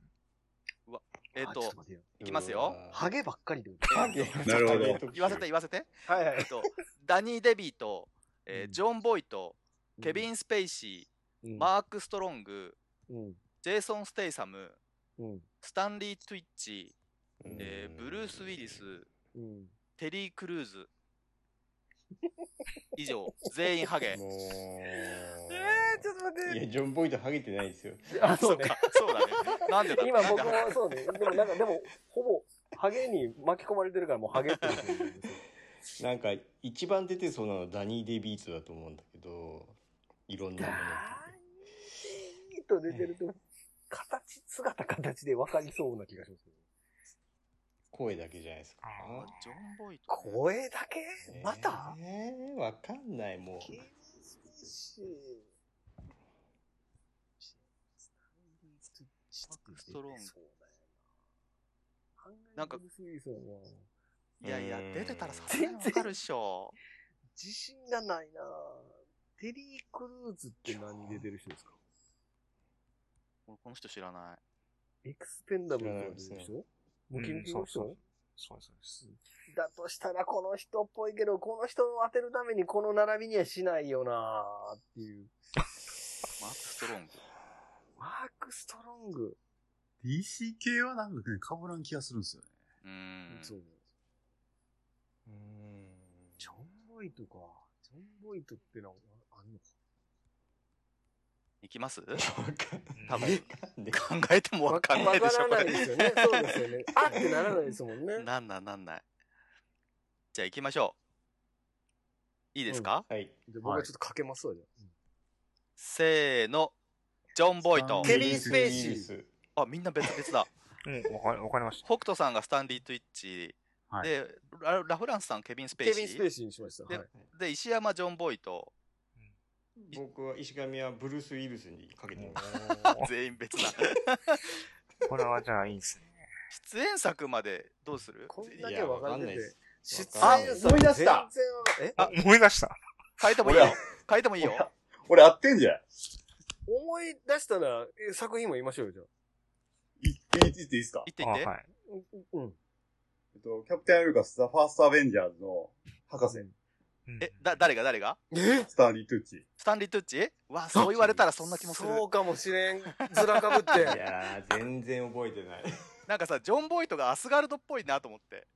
えっ、
あちょ
と
っ、待てよ
いきますよ
ハゲばっかりで。
ハゲ
なるほど
言わせて、言わせて。
はいは
えっ。 と、ダニー・デビーと、えージョン・ボイと、ケビ
ン、
ン・スペイシ
うん
ー、、マーク・ストロング、
うん、
ジェイソン・ステイサム、
うん、
スタンリー・トゥイッチ、えーブルース・ウィリス、
うん。
テリー・クルーズ。以上、全員ハ ゲ。
もう。
えー、ちょっと待って
い。や、ジョン・ボイドハゲてないんですよ。
あ、そう
っ
ね。
か、そうだね。なんでだ
今僕
なんで
も
だ
そうね。でもなんか、でも、ほぼ、ハゲに巻き込まれてるからもうハゲってことですよ
なんか、一番出てそうなのはダニー・デビートだと思うんだけど、いろんなもの
ダニーと出てると、形、姿、形で分かりそうな気がしますけど。
声だけじゃないですか。
あジョン・ボイと。
声だけまた
えー、わかんない、も
ケビ。
う
ンスペイシー
マクストロング
そうだよな
なんか
考えにくいですよね
いやいや
うー、ん
出てたらさすがにわかるっしょ。
自信がないなぁテリー・クルーズって何出てる人ですか
俺この人知らない。
エクスペンダブルとか出
知
て
ら
る
ないです
人ムキムキの
う
人、
んそうそうです。
だとしたらこの人っぽいけど、この人を当てるためにこの並びにはしないよなぁっていう。
マーク・ストロング。
マーク・ストロング。
DC 系はなんかね、かぶらん気がするんですよね。
うーん。
そう。
うーん
ジョン・ボイトか。ジョン・ボイトってのはあんのか。
いきます
わかん
多分
わかんない
考えてもわかんないでしょ、こ
わからない
れ
で。すよ ね。そうですよね。あってならないですもんね。
なんないなんない。じゃあ行きましょう。いいですか、
はい。
じゃあ僕はちょっとかけますわ、じゃ
せーの。ジョン・ボイト
ケ。ビンスペイシー
ケビンスペイシ
あ、みんな別々 だ。
うん、わかり、わかりました。
北斗さんがスタンリー・トゥイッチ。
はい
でラ、ラフランスさん、ケビン・ス
あ。
ペ
ケ
イ
ビン・ス
シ
ペー
ー。
シーにしました。
で
はい。
で、石山、ジョン・ボイト。
ー僕は石神はブルース・ウィルスにかけてます。
全員別 だ。
これはじゃあいいですね。
出演作までどうする
こん
い
だけ
や、わ
分
か
か
ん
れ
な
て
いで
て。。
す
出演
わかんない
者
思い出した
全然、え
あ
思い出した。
変えてもいいよ
おや。
変えてもいいよ。
俺合ってんじゃん。
思い出したら、え作品も言いましょうよ、じゃ
い
あ。
っていっていいですか
言って
あ
言って。
はい。
うんうん。
えっと、キャプテンアメリカス・ザ・ファースト・アベンジャーズの博士、
うん
え、だ、誰が誰が
え
スターリー・トゥッチ。
スタンリー・トゥッチわ、そう言われたらそんな気もする。
そうかもしれん。ずらかぶ って。
いやー、全然覚えてない。
なんかさ、ジョン・ボイトがアスガルドっぽいなと思って。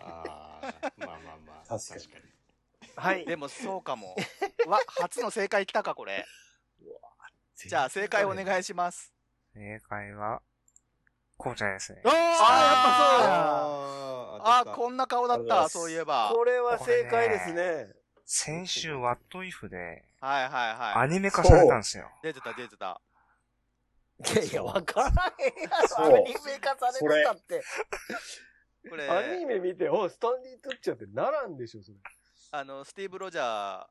あーまあまあ まあ。
確かに
に。
はい。
でもそうかも。わ、初の正解来たか、これ。じゃあ正解お願いします。
正解は、紅茶ですね。
あ
あ
あ、やっぱそうだ。あ
当たった
こんな顔だっ
ありがとう
た、
ございます
そういえば。
これは正解ですね。
先週、ワットイフで、
はいはいは
アニメ化されたんですよ。
い。出てた出てた。
いやいや、わからへんや
そう
メ化さ
それ
って。
これ、
アニメ見て、おスタンリー・トゥッチャーってならんでしょ、それ。
あの、スティーブ・ロジャ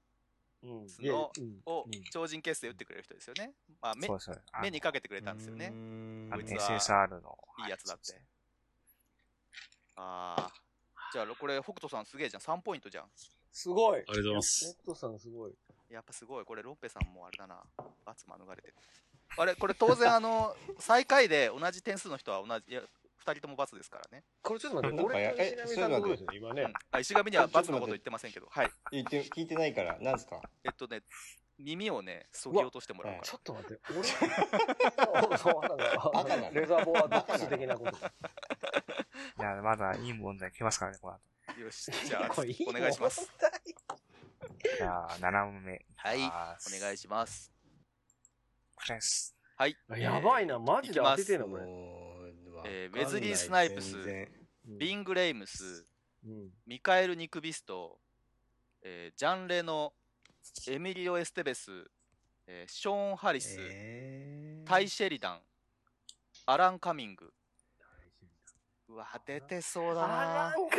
うん
いやーを
うん
超人決成打ってくれる人ですよね。まあ、目
そう、そう。あの
目にかけてくれたんですよね。
あ
こ
の
いつは
SSR の。
いいやつだっ
は
て。ああ。じゃあ、これ、北斗さんすげえじゃん。3ポイントじゃん。
すごい。
ありがとうございます。
レッドさんすごい。
やっぱすごい、これ、ロッペさんもあれだな、罰免れてる。あれ、これ、当然、あ の、最下位で同じ点数の人は同じ、いや、2人とも罰ですからね。
これちょっと待って、
なんかや
俺、と
え
石、波
そうい
さ
うん
の
の
どうで
ですすね、今ね、
あ石神には罰のこと言ってませんけど、はい。
言って、聞いてないから、なんですか
えっとね、耳をね、そぎ落としてもらうから。
ちょっと待って、俺、そうなんだ
バカなの
レザーボアドックス的なこと。
いや、まだいい問題来ますからね、 この後。
よし、じゃあ、
これいい
お願いします。。
じゃあ、7問目。
はい、 お願い
し
します。
ます。これです。
はい。
やばいな、マジで当ててえ
あ
な、
の
これ。
えーウェズリースナイプスビン・グレイムス、
うん。
ミカエル・ニクビスト、えージャン・レノ、エミリオ・エステベス、えーショーン・ハリス、タイ・シェリダン、アラン・カミング。うわ、出てそうだ
あ
な
ら。んか、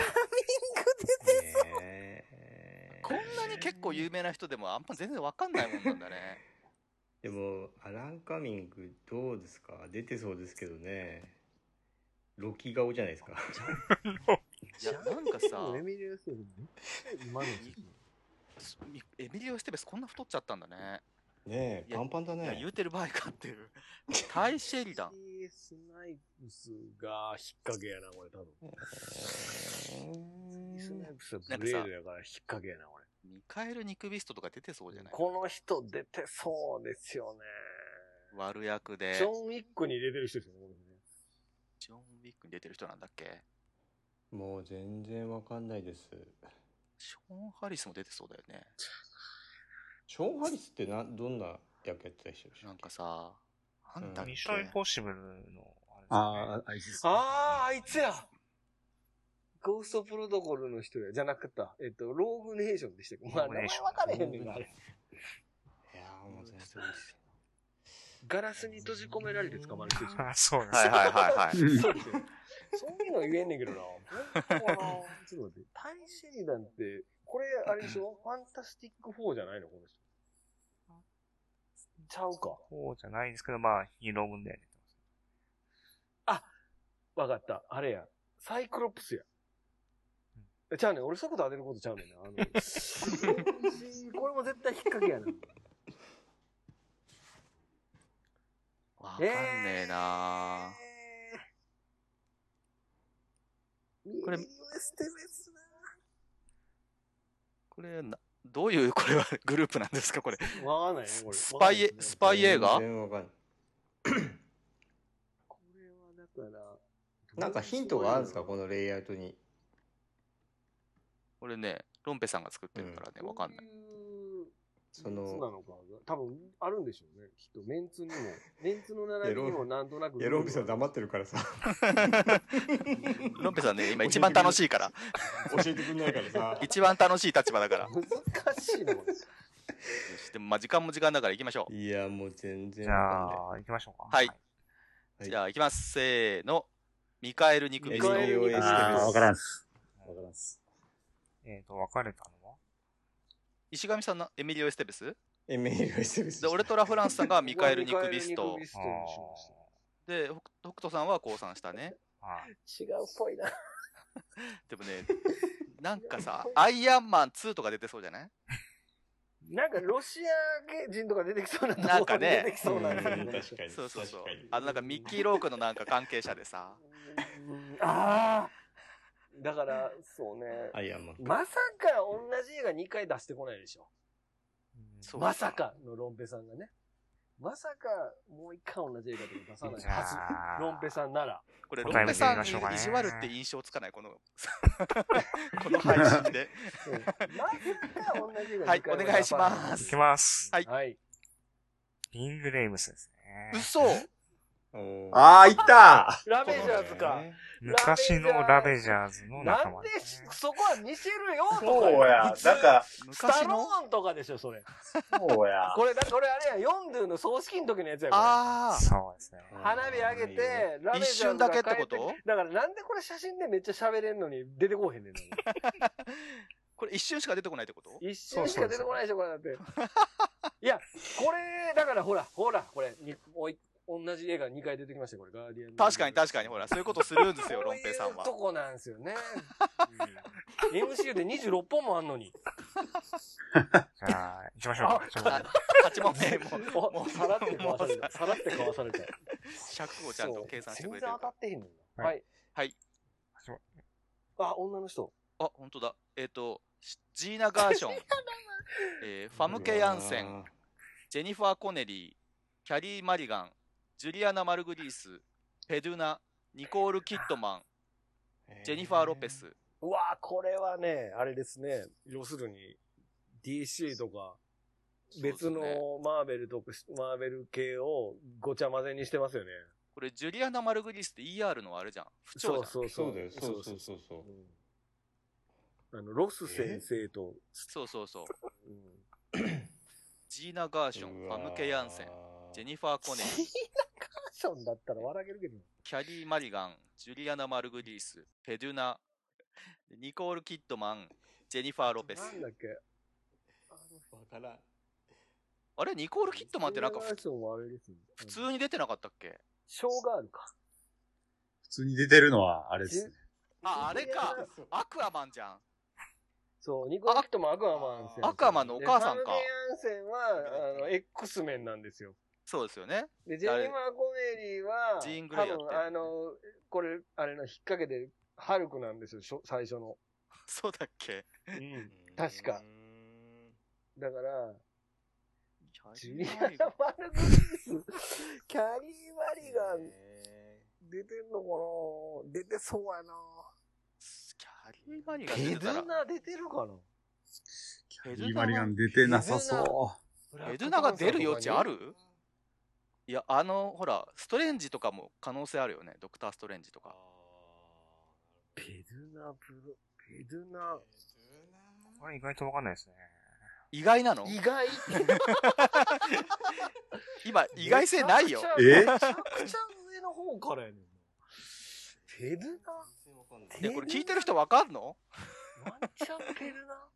こんなに結構有名な人でもあんま全然わかんないもんなんだ ね。
でも、アラン・カミング、どうですか出てそうですけどね。ロキ顔じゃないですか。
いや、なんかさ、
エミリアスよりめっちゃ今の時期
みエミリオ・エステベスこんな太っちゃったんだね。
ね
い
え、
や
パンパンだ
いや、
ね
言。うてる場合かっていう。タイ・シェリダン。
スナイプス
が、引っ掛けやな、これ、多分。
スナイプスは
なん
ブ
かさ
レードやから、引っ掛けやな、これ。
ミカエル・ニクビストとか出てそうじゃない
この人出てそうですよ
悪役で
ね。ジョン・ウィックに入れてる人ですよね、これね
ジョン・ウィックに出てる人なんだっけ
もう全然わかんないです。
ショーン・ハリスも出てそうだよね。
ショーン・ハリスってな、どんな役やってた人でしょ
なんかさ、なんだっけ
うん
ミッションインポッシブルの、あ
ああ、アイシス。
ああ、あいつやゴーストプロトコルの人や、じゃなくった。えっと、ローグネーションでしたっけまあ、
ローグネ
名
ーショ
前
ン
分かれへんねんな、あれ。
いやー、もう全然。
ガラスに閉じ込められて捕まる人
れ
で
ですすね。あ、 そ
よ
うです。
はいはいはいはい。
そうですよ。そういうの言えんねんけ どな。本当かなちょっと待って。タイシェリダンって、これ、あれで しょファンタスティック4じゃないのこの人。ちゃうか。
こうじゃないですけど、まあ、ヒーロー分だよね。
わかった。あれや。サイクロプスや。えちゃうねん。俺そういうこと当てることちゃうねんな。 あのこれも絶対引っ掛けやな。
わかんねえなこ
こ
れ
れ、ミリオエステベス
これな、どういう、これは グループなんですかこれ。
な。わかんないね、これ。
スパイ、スパイ映画
全然わかんない。
これはだから、
なんかヒントがあるんですかこのレイアウトに。
これね、ロンペさんが作ってるからね、わかんない。
どういうメ
そ
ンツ
の
な、のかが多分あるんでしょうね。きっとメンツにも、メンツの並びにもなんとなく。
いや、ロビさん黙ってるから さ、
ロンペさんね、今一番楽しいから。
教えてくんないからさ。
一番楽しい立場だから。よ
難しいな、これ。
しでも、まあ、時間も時間だから行きましょ
いや、もう全然
じ
わ
ゃあ、行きましょうか。
はいう。
はい
じゃあ、行きます。せーの。ミカエル・ニ
か
ク
んない。
ビ
ミ
スト
カエル。
LDOS です
ああ、わからんっす。わからんっす。
えっと、分かれたのは
石上さんのエミリオ・エステベス
エメール SMS。
で、俺とラ・フランスさんがミカエル・ニクビス
ミカエルニ
ト
クビ。ス
あ
トにしまし
で、北北斗さんは降参したね。
あ。はい。
た違うっぽいな。
でも ね、なんかさ、アイアンマン2とか出てそうじゃない
なんかロシア人とか出てきそうなとこ
なんかね
出てきそうなんですよ
うん
ね。
確かに。
そうそうそう
確かに。
あのなんかミッキー・ロークのなんか関係者でさ、
うんああだから、そうね。
アイアンマン。
まさか同じ映画2回出してこないでしょ。
そう
まさかのロンペさんがね。まさかもう1回同じ映画で出さない
じゃ
はず。
あ、
ロンペさんなら。
これ、ロ
答え
ン
見
ペ
てみ
さん
ましょうかね
に意地悪って印象つかない、この、 この配信 で。
うんまさか同じ映画
はい
2回は
お願いしま
行
す
きます。
はい
はい。
リングレイムスです ね。
嘘
おー
ああ、いった
ラベジャーズか。
昔のラベジャーズの
な
仲
ん
間
で
ですね、
そこはミシェル・ヨーとか
そうや。
普通
なんか、
スタ
昔
ロ
の
ーンとかでしょ、それ。
そうや。
これ、だこれあれや、ヨンドゥの葬式の時のやつや、これ。
ああ、
そうですね。
花火上げて、ラメ
一
ジャー
瞬
ズ
だ
が帰
けっ
っ
てて
こ
ことと
だからなんでこれ写真でめっちゃ喋れんのに出てこうへんねん な。
これ一瞬しか出てこないってこと
一瞬しか出てこないでしょ、これだって。いや、これ、だからほら、ほら、これ、におい同じ映画2回出てきましたよ、これ。ガーディアンズ
確かに確かに、ほら、そういうことするんですよ、
こ
ロ
う
ン
い
ペさん
う
は
と。こなんですよね。うん MCU で26本もあんのに。
じゃあ、行きましょう。
あ8問目、もう、も
お
う、
さらってかわされ
もう
た。さらってかわされた。
尺をちゃんと計算してくれてる
全然当
か
た
ら
ってへんねんな。
は
はいい。
はい。
あ、女の人。
あ、本当だ。えっ、と、しジーナ・ガーション、えーファムケ・ヤンセン、ジェニファー・コネリー、キャリー・マリガン、ジュリアナ・マルグリース、ペドゥナ、ニコール・キットマン、ジェニファー・ロペス。
うわーこれはね、あれですね。要するに、DC とか、別
そうですね
のマーベルとか、マーベル系をごちゃ混ぜにしてますよね。
これ、ジュリアナ・マルグリースって ER のあれじゃん。不調じゃ
そ
ん。
うそうそ。
そううだよ、そうそうそうそう。
うんあの、ロス先生と、
そうそうそう
うん
ジーナ・ガーション、ファムケ・ヤンセン、ジェニファー・ コネリ
ジー
ー、
ナカーションだったら笑けるけど。
キャリー・マリガン、ジュリアナ・マルグリース、ペドゥナ、ニコール・キットマン、ジェニファー・ロペス。
なんだっけ。あの
わからん。
あれニコール・キットマンってなんか
ジーナカーションはあれですね。
普通に出てなかったっけ
ショーガールか。
普通に出てるのは、あれですね。
あ、あれか。アクアマンじゃん。
そう、ニコラキットもアクアマン先生
アクアマンのお母さんか
でファム・デ・ヤンセンは、あ の、X メンなんですよ。
そうですよね。
で、ジェニファー・コネリーは、
ジーングレイやってん
多分、あの、これ、あれの、引っ掛けで、ハルクなんですよ、しょ最初の。
そうだっけ
うん。確か。だから、ジュリアナ・マ
マ
ル
リガン
グリース、キャリー・マリガン、
え
出てんのかな出てそうやな
キャリー・マリガン出てたら
ペド。ナ出てるかな
ペ
リマリガン出てなさそ
ペドゥナが出る余地あるいや、あの、ほら、ストレンジとかも可能性あるよね。ドクター・ストレンジと
ー
か。
ペドナブル、ペドナ、
これ意外とわかんないですね。
意外なの
意外
今、 意外性ないよ。
う。え
めちゃくちゃ上の方からやねんな。ペルナ
全然わかんない
で、これ聞いてる人わかんの
ワンチャンペルナ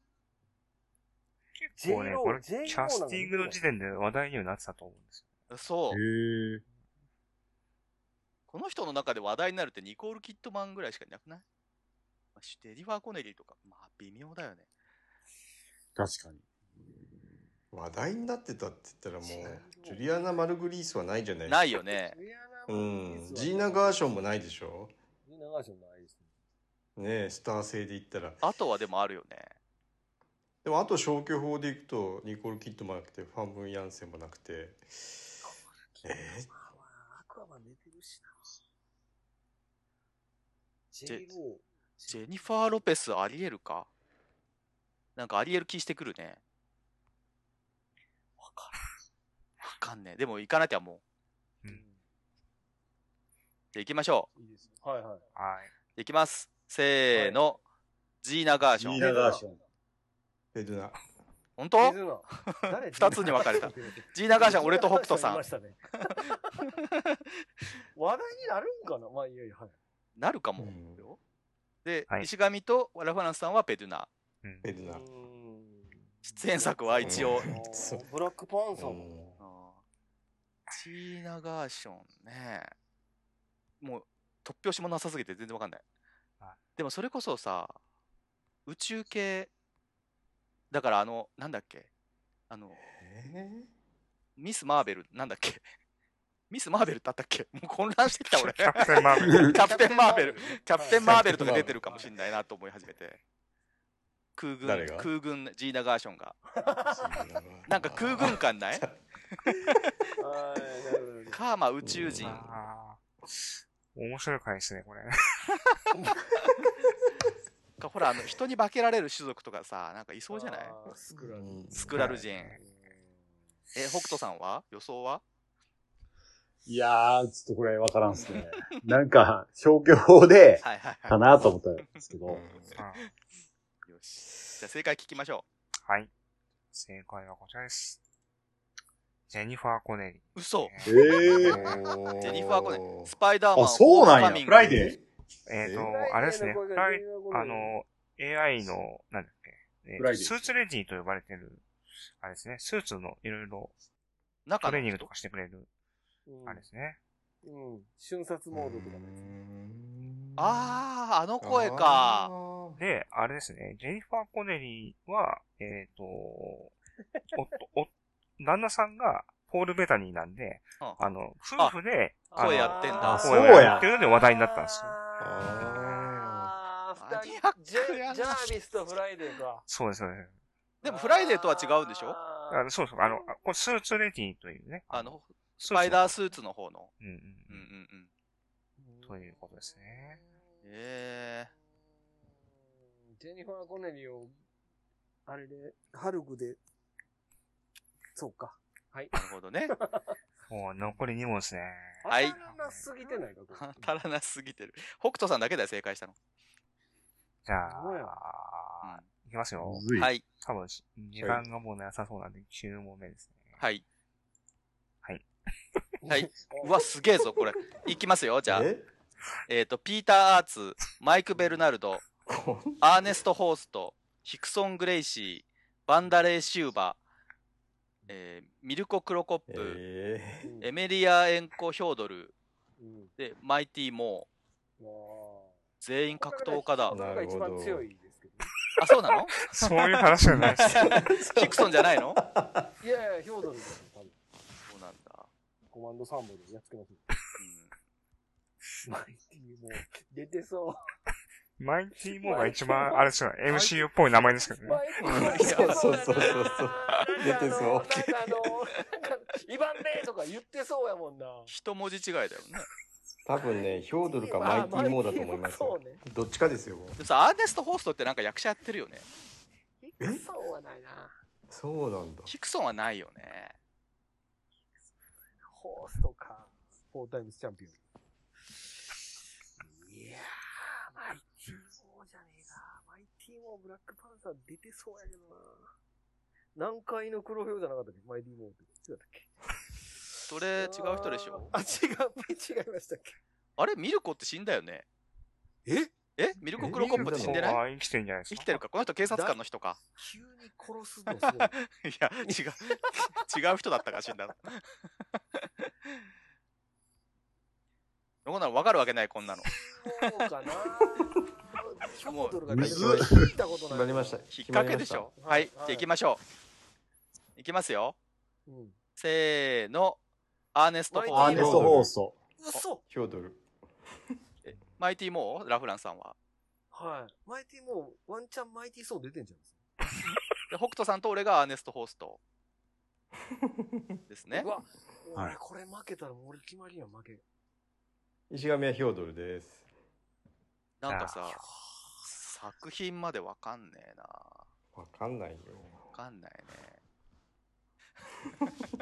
結構ね、
J-Lo
これ、キ
J-Lo
ャスティングの時点で話題にはなってたと思うんです
そ
へ
う。
え。
この人の中で話題になるってニコール・キットマンぐらいしかいなくないまあシュデリファー・コネリーとか、まあ、微妙だよね。
確かに。
話題になってたって言ったらもう、ジュリアナ・マルグリースはないじゃないですか
ないよね。
ジュリア
う
ナ
ん。ジーナ・ガーションもないでしょ
ジーナガーションないですね。
ねえ、スター性で言ったら。
あとはでもあるよね。
でもあと消去法でいくと、ニコール・キッドもなくて、ファン・ブン・ヤンセンもなくて。え
まあまあ、アクアマン出てるしな。ジ
ェ
ェイロ
ジェニファー・ロペスありえるかなんかありえる気してくるね。わかん。わかんねえ。でも行かなきゃもう。
う
ー。
ん
じゃあ行きましょ
いいですね。はいはい。
よ。はい。
う。行きます。せーの。ジーナ・ガーショ
ミー
ン。
ナガーション。
ペドゥナ。
本
ペ
当
ルナ誰
二つに分かれたジーナ・ガーション、俺と北斗さ
いま
ん。
したね 話題になるんかなまあいやいや、はい。
なるかも。
うん
で、
はい
石上とラファナンスさんはペドゥナ。
うん
ペドゥナ
う。ー
出演作は一応。
うん
ん
そう
ブラックパンサー
う
も
ん。
あージーナ・ガーションね。もう、突拍子もなさすぎて全然わかんない
はい。
でもそれこそさ、宇宙系、だからあの、なんだっけあの、
え
ミス・マーベル、なんだっけ ミス・マーベルだったっけもう混乱してきた俺。 キ
キャプテンマーベル。
ャプテン・マーベル。キャプテン・マーベルとか出てるかもし
れ
んないなと思い始めて。空軍
誰、が
空軍、ジーナ・ガーションが。
ー
なんか空軍感 ない
ない。はいなるほどなるほど
カーマ宇宙人。
あー面白い回ですね、これ。
かほら、あの、人に化けられる種族とかさ、なんかいそうじゃない
あースクラム
うん
スクラル人。
は
え、北斗さんは予想はい
やー、ちょっとこれわからんっすね。なんか、消去法で、
はいはい
か
は
なと思ったんですけ
う
ど
ん。
あ
い。よし。じゃあ正解聞きましょ
ーはい。正解はこちらです。ジェニファー・コネリ
う。
ー。
嘘
ええ
ジ
ー。
ジ
ェニファー・コネ、スパイダーマン。
あ、そ
ホ
う
ーム
な
カ
ん
ミン
や。
グ
フライデ
えっ、
え
と
フライデー、の
あれですね、
声
フ
が
ラ
ジ
イ
ェニファーコネ
あ
リー
の、AI の、なんだっけ、えー
フライデー
スーツレディと呼ばれてる、あれですね、スーツのいろいろ
中
ト
の
レーニングとかしてくれる、
うん
あれですね。
うん。瞬殺モードとかね。
あー、あの声か。
あー
で、あれですね、ジェニファー・コネリーは、え っ、と、おっと、お、旦那さんがポール・ベタニーなんで、
うん
あの、夫婦で、あの
声やってん
あ
だ。
そうや
っていうので話題になったんですよ
あーマニ
あー二人
アック
ジェ
やな
ジャービスとフライデーか。
そうです、そうです。
でもフライデーとは違うんでしょ
あー
あのそうそう、あの、あこれスーツレディというね。
あ、の、
ス
スパイダー
ーツ
スーツの方の。
の。うん
う
うん
うん
うん。
ん
ということですね。
え
うんジェニファー・コネリーを、あれで、ハルクで、そうか。
ー、なるほどね。
もう残り2問ですね。
はい
当たらなすぎてないか、これ
足らなすぎてる。北斗さんだけだよ、正解したの。
じゃ
すごいな
あ、いきますよ。
むずい。
はい。
多分、時間がもうなさそうなんで、9問目ですね。
はい。
うん
はい。うわ、すげえぞ、これ。いきますよ、じゃあ。
え
えっ、と、ピーター・アーツ、マイク・ベルナルド、
こん
アーネスト・ホースト、ヒクソン・グレイシー、バンダレー・シューバー、えーミルコ・クロコップ、
え
うん
え
エメリア・エンコ・ヒョードル、
うん
で、マイティ・モー、
も
全員格闘家だ
う、。なんか一番強いですけどね。
あ、そう なの
そういう話じゃないです。
ヒクソンじゃないの
いやいや、ヒョードルですよ、多分。
そうなんだ。
コマンド3本でやっつけますよ。
うん
マイティもう、出てそ
マイティーモーが一番、あれですよ、MCU っぽい名前ですけ
う。
どね
マ。イティも
そうそうそうそう
なんかあの
出てそう
なんかあの、なんか、イバンレーとか言ってそうやもんな。
一文字違いだよね。
多分ねヒョードルかマイティーモーだと思います
そ
よ
うね。
どっちかですよ
でもさ、アーネスト・ホーストってなんか役者やってるよね。
そうはないな。
そうなんだ
ヒクソンはないよね。
ホースとか、フォータイムスチャンピオン。いやー、マイティーモーじゃねえか。マイティーモー、ブラックパンサー出てそうやけどな。南海の黒ひょうじゃなかったっけマイティーモーって。違ったっけ
それ違う人でしょ
あー、違う、違いましたっけ
あれミルコって死んだよね。ええミルコ・クロコップって死んでない
ああ、生きてるんじゃないです
生
か。
きてるかこの人警察官の人か。
急に殺すのすごい。
いや、違う、 違う人だったか、死んだの。こんなの分かるわけない、こんなの。
そうかな。ヒョードルが出て
もう
聞いたことない。
決まりました
引っ掛けでしょ。はい、じゃあ行きましょう。行きますよ。
うん。
せーの。アーネスト・ホ
アー
ー
ネ
ス
スト放 送。
嘘
決まりましたヒョードル
マイティ・モーラフランさんは。
はい。マイティーモー、ワンチャンマイティーソー出てんじゃん。
で北斗さんと俺がアーネスト・ホースト。ですね
う。わ、
はい
俺これ負けたらもう俺決まりやん、負け。
石神はヒョードルです
なんかさ、作品まで分かんねえな。
わかんないよ
分かんないね。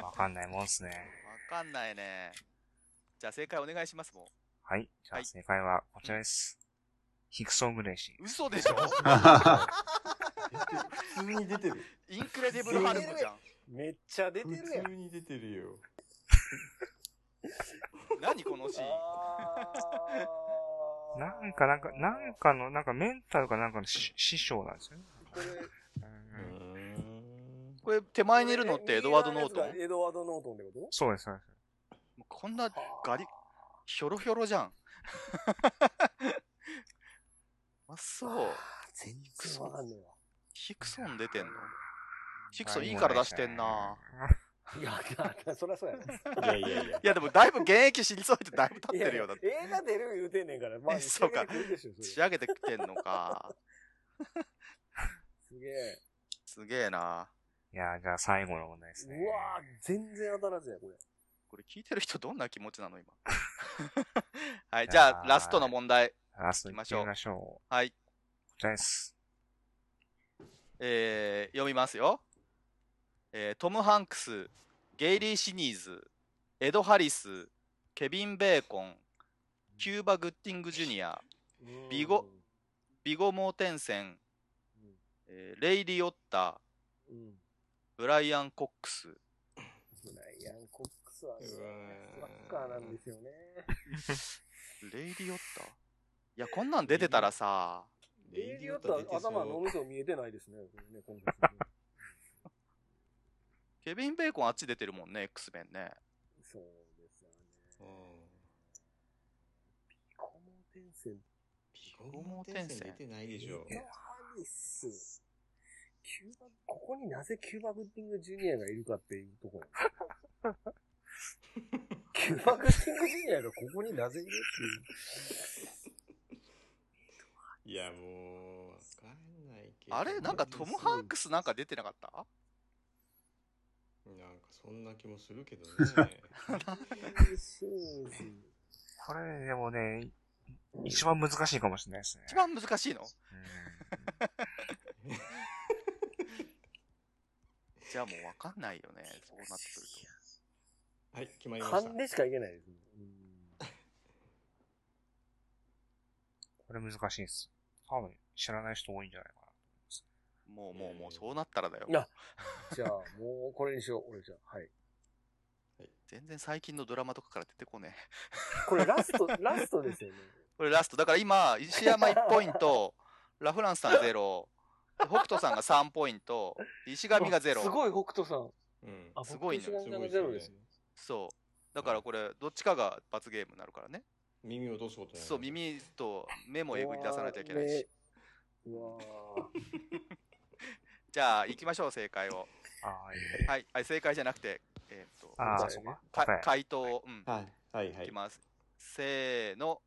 わかんないもんですね。
分かんないね。じゃあ正解お願いします、も
はい。じゃ
は
あ
い
正解はこちらです。ヒクソン・グレイシー。
う。嘘でしょ
普通に出てる
インクレディブル・ハルクじゃん。
めっちゃ出
普通に出てるよ
何このシーン。
なんか、なんか、なんかの、なんかメンタルかなんかのし師匠なんですよね。
これ
う
うん
ん
これ手前にいるのってエドワード・ノートン
これエドワード・ノートンってこと
そうです、そうです。
もうこんなガリ、ひょろひょろじゃん。 あ、そう。
全然わかんねえわ。
ヒクソン出てんのヒクソンいいから出してんな。
いや、いやそりゃそうやな。
いやいやいや
いやでもだいぶ現役知りそうってだいぶ経ってるよだって。
いや映画出る言うてんねんから、
えそうか
仕上げてくるでしょそれ
仕上げてきてんのか。
すげえ。
すげえな。
いやー、じゃあ最後の問題ですね。
うわぁ、全然当たらずや、これ。
これ聞いてる人どんな気持ちなの今。 はい、じゃあラストの問題。
ラスト行ってみましょう。こ
はい。
ちらです。
えー読みますよ、えートム・ハンクスゲイリー・シニーズエド・ハリスケビン・ベーコンキューバ・グッティング・ジュニアビゴビゴ・モーテンセン、えーレイ・リオッタ
うん。うん。
ブライアン・コックス
ブライアン・コックスはね、
うわー
サッカーなんですよね。
レイ・リオッタいやこんなん出てたらさ
レイリオットは頭のみそ見えてないです ね。これね今回ね
ケビン・ベーコンあっち出てるもんね X メンね
そうですよね。
うん
コモテンセン
消耗転生
出てないでしょ。
いやアリス。キューバ、ここになぜキューバグッディングジュニアがいるかっていうところ やねキューバグッディングジュニアがここになぜいる
いや、もう、わかんないけど。
あれなんかトム・ハンクスなんか出てなかった
なんかそんな気もするけどね。
って いう。そうです
これ、でもね、一番難しいかもしれないですね。
一番難しいのじゃあもうわかんないよね。そうなってくると。
はい、決まりました
勘。でしかいけないですね。
これ難しいです。多分、知らない人多いんじゃないか
もうもうもうそうなったらだよ
い。やじゃあ、もうこれにしよう、俺じゃあ。はい。
全然最近のドラマとかから出てこねえ。
これラスト、ラスト ですよね。
これラスト。だから今、石山1ポイント、ラフランスさん0、北斗さんが3ポイント、石神が0。
すごい、北斗さん。
うん。
あ、
すごいね
北斗さんがゼロですね。
そう。だからこれ、どっちかが罰ゲームになるからね。
耳を落とすことない。
そう、。耳と目もえぐり出さないといけないし。
うわー。
じゃあ、行きましょう、正解を。
な。ああ、いい。
はい、あ正解じゃなくて、えーっと、
ああ
そう
ー、
だ
そ
よ
う
ね
か。答
か
え。
回答を、うん、
はい、はい、はいい
き。ます。せーの、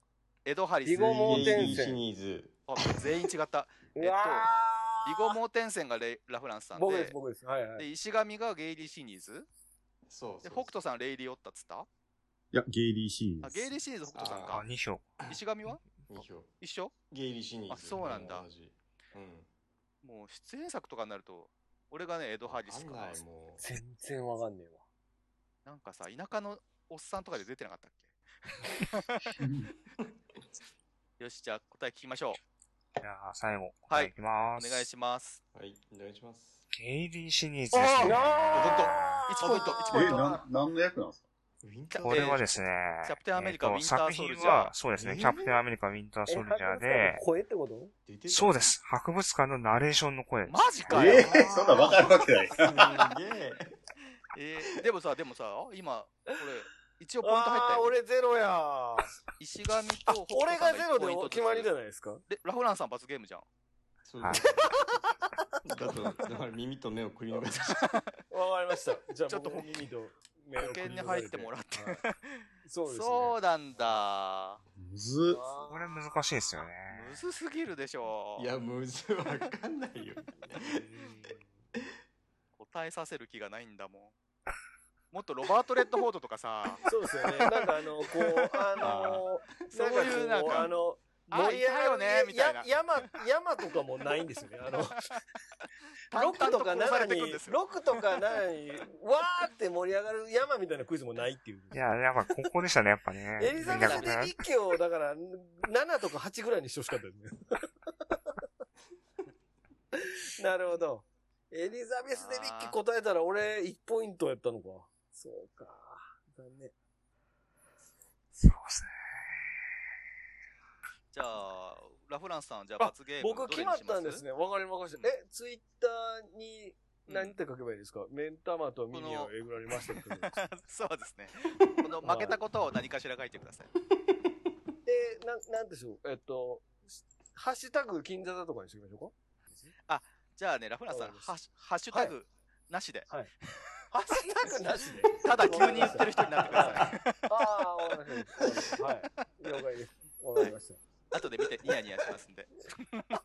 エド・ハリス。
ビゴモーテンセン
シニーズ。
あ全員違った。え
う
っと
わー
ビゴ・モーテンセンがレイラフランスさん
僕です、
で、
僕です。はいはい。
で石神がゲイリー・シニーズ、
そうそう
で北斗さん、レイリー・オッタっつった
や、ゲイリーシーン
あ
です。
ゲイリー・シニーズ、北斗さん
あ、
か。
2票。
石神は
二票。
一緒
ゲイリーシニーズ。
あそうなんだ
同じうん。
もう出演作とかになると、俺がね、エド・ハリスか
わか
な
んない、。もう。
全然わかんねえわ。
なんかさ、田舎のおっさんとかで出てなかったっけよし、じゃあ答え聞きましょう。
じゃあ、最後。
はい
いきま
お
ーす。
願いします。
はい、お願いします。
ゲイリーシリーズですね。
1ポイント、1ポイ
え、
ント。
なん、何の役なんですか
ウィンター
これはですね、
キャプテンアメリカ
えっと
ウィンターソルジャー
作品は、そうです
え
ね、
ー
キャプテンアメリカ、ウィンターソルジャーで、
声ってこと
出てた
そうです。博物館のナレーションの声です
マジかよ
え。ー、そんなんわかるわけない。
すげえ。
えーでもさ、でもさ、今、これ、一応ポイント入った
あー、
よ。
俺ゼロやー。あ
石神と北斗
俺
さ
が
ん
ゼ
一
ロ
ポイント
で
ずつ
決まりじゃないですか。
でラフランさん罰ゲームじゃん。
そう
はい
だと、だから耳と目をくり抜かし
わかりました。じゃあ、
ち
ち
ょ
ょ
っ
っ
と
と
保
耳と目
保険に入ってもらって。
はいそうですね。
そうなんだ。
むずっ。
あ
これ難しいですよね。
むずすぎるでしょ
いや、むずいわかんないよ。
答えさせる気がないんだもん。もっとロバート・レッドフォードとかさ、
ーそうですよね。なんかあの、こう、あのー、
そういうなん
こ
か
あの、
あ
盛り上がる
いたよねみたいな
や山、山とかもないんですよね。あの、
淡
6
々
と
と
か
殺され
7
てくん
に、
ですよ。
6とか7に、わーって盛り上がる山みたいなクイズもないっていう。
いや、やっぱここでしたね、やっ ぱね。
エリザベス・
みんなが
デビッケを、だから、7とか8ぐらいにしてほしかったよね。なるほど。エリザベス・デビッケ答えたら俺1ポイントやったのか。そうか。残念。
そうですね。
じゃあ、ラフランスさん、じゃあ罰ゲーム
僕
どれ
決
に
まっ
しす
たんですね。わかりました。え、ツイッターに
うん
何て書けばいいですか、目ん玉と耳
こ
を
の
えぐられましたけど。で、
そうですね。この負けたことを何かしら書いてください。
なん、なんでしょう。えっと、ハッシュタグ金座だとかにしてみましょうか。
じゃあね、ラフランスさん、
わかりました
ハッシュハッシュタグなしで、
ハッシュタグなしで。
ただ急に言ってる人になってくだ さい。
ああ、わかりました。はい。了解です。わかりまし
後で見てニヤニヤしますんで。
た。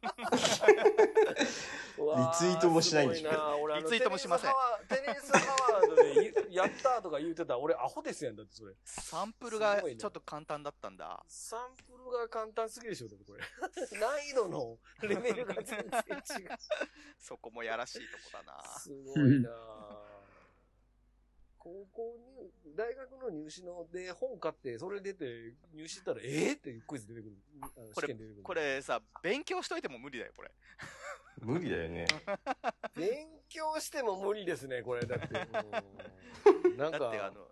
うわ
リツイートもしないんでしょ
すごな俺あの
リツイートもしません
テレスハワー。テレスハワードで、やったーとか言うてたら俺アホですやんだってそれ。
サンプルが
すごいね
ちょっと簡単だったんだ。
サンプルが簡単すぎるでしょ、でもこれ。 難易度のレベルが全然違う。
そこもやらしいとこだな。
すごいなあ 高校入、大学の入試ので本買って、それ出て入試したら、えー、っていうクイズ出てくる。あの試験出てくる。
これさ、勉強しといても無理だよ、これ。
無理だよね。
勉強しても無理ですね、これ。だって。 うんなん
だ
か、
ってあの、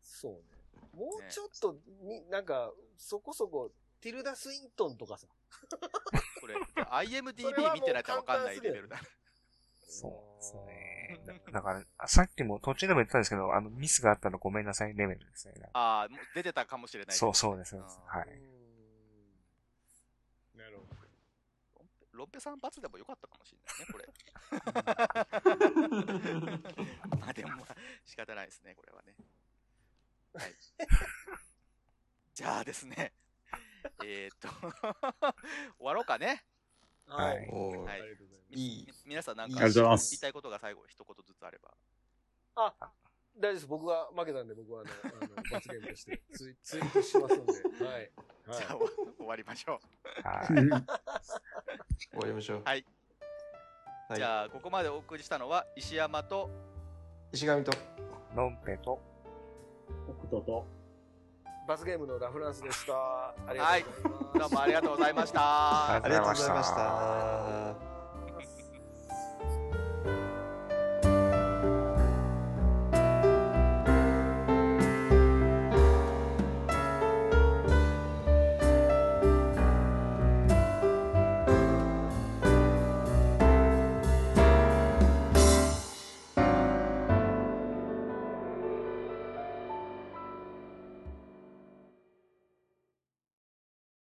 そうね。もうちょっとに、なんか、そこそこ、ティルダ・スイントンとかさ。
これ、IMDB
それはもう
見てないとわかんないレベルだ。
そうですね。だだから、あさっきも途中でも言ったんですけど、あの、ミスがあったらごめんなさいレベルですね。
ああ、もう出てたかもしれない。
そう、そうです。そうです
あー
は
う
い。
ん
ロッペさん罰でもよかったかもしれないね、これ。まあでも、仕方ないですね、これはね。はい。じゃあですね、えーっと、終わろうかね。
はい
はい
おー
は
あ
い
りがとうございます。
み
い
み
い
皆さんなん
いい
か
あり
う
言
がと
ございます
いたいことが最後一言ずつあれば。
あ、大丈夫です。僕は負けたんで、僕はあの、あの罰ゲームとしてツイツイートしますので、はい。
じゃあ
は
終わりましょ
はい。
終わりましょう。
はい。う。
はい、
じゃあ、ここまでお送りしたのは石山と
石神と。
ロンペと、
北斗と。
い。罰ゲームのラフランスでした。ありがとうございます。
どうもありがとうございました。
ありがとうございました。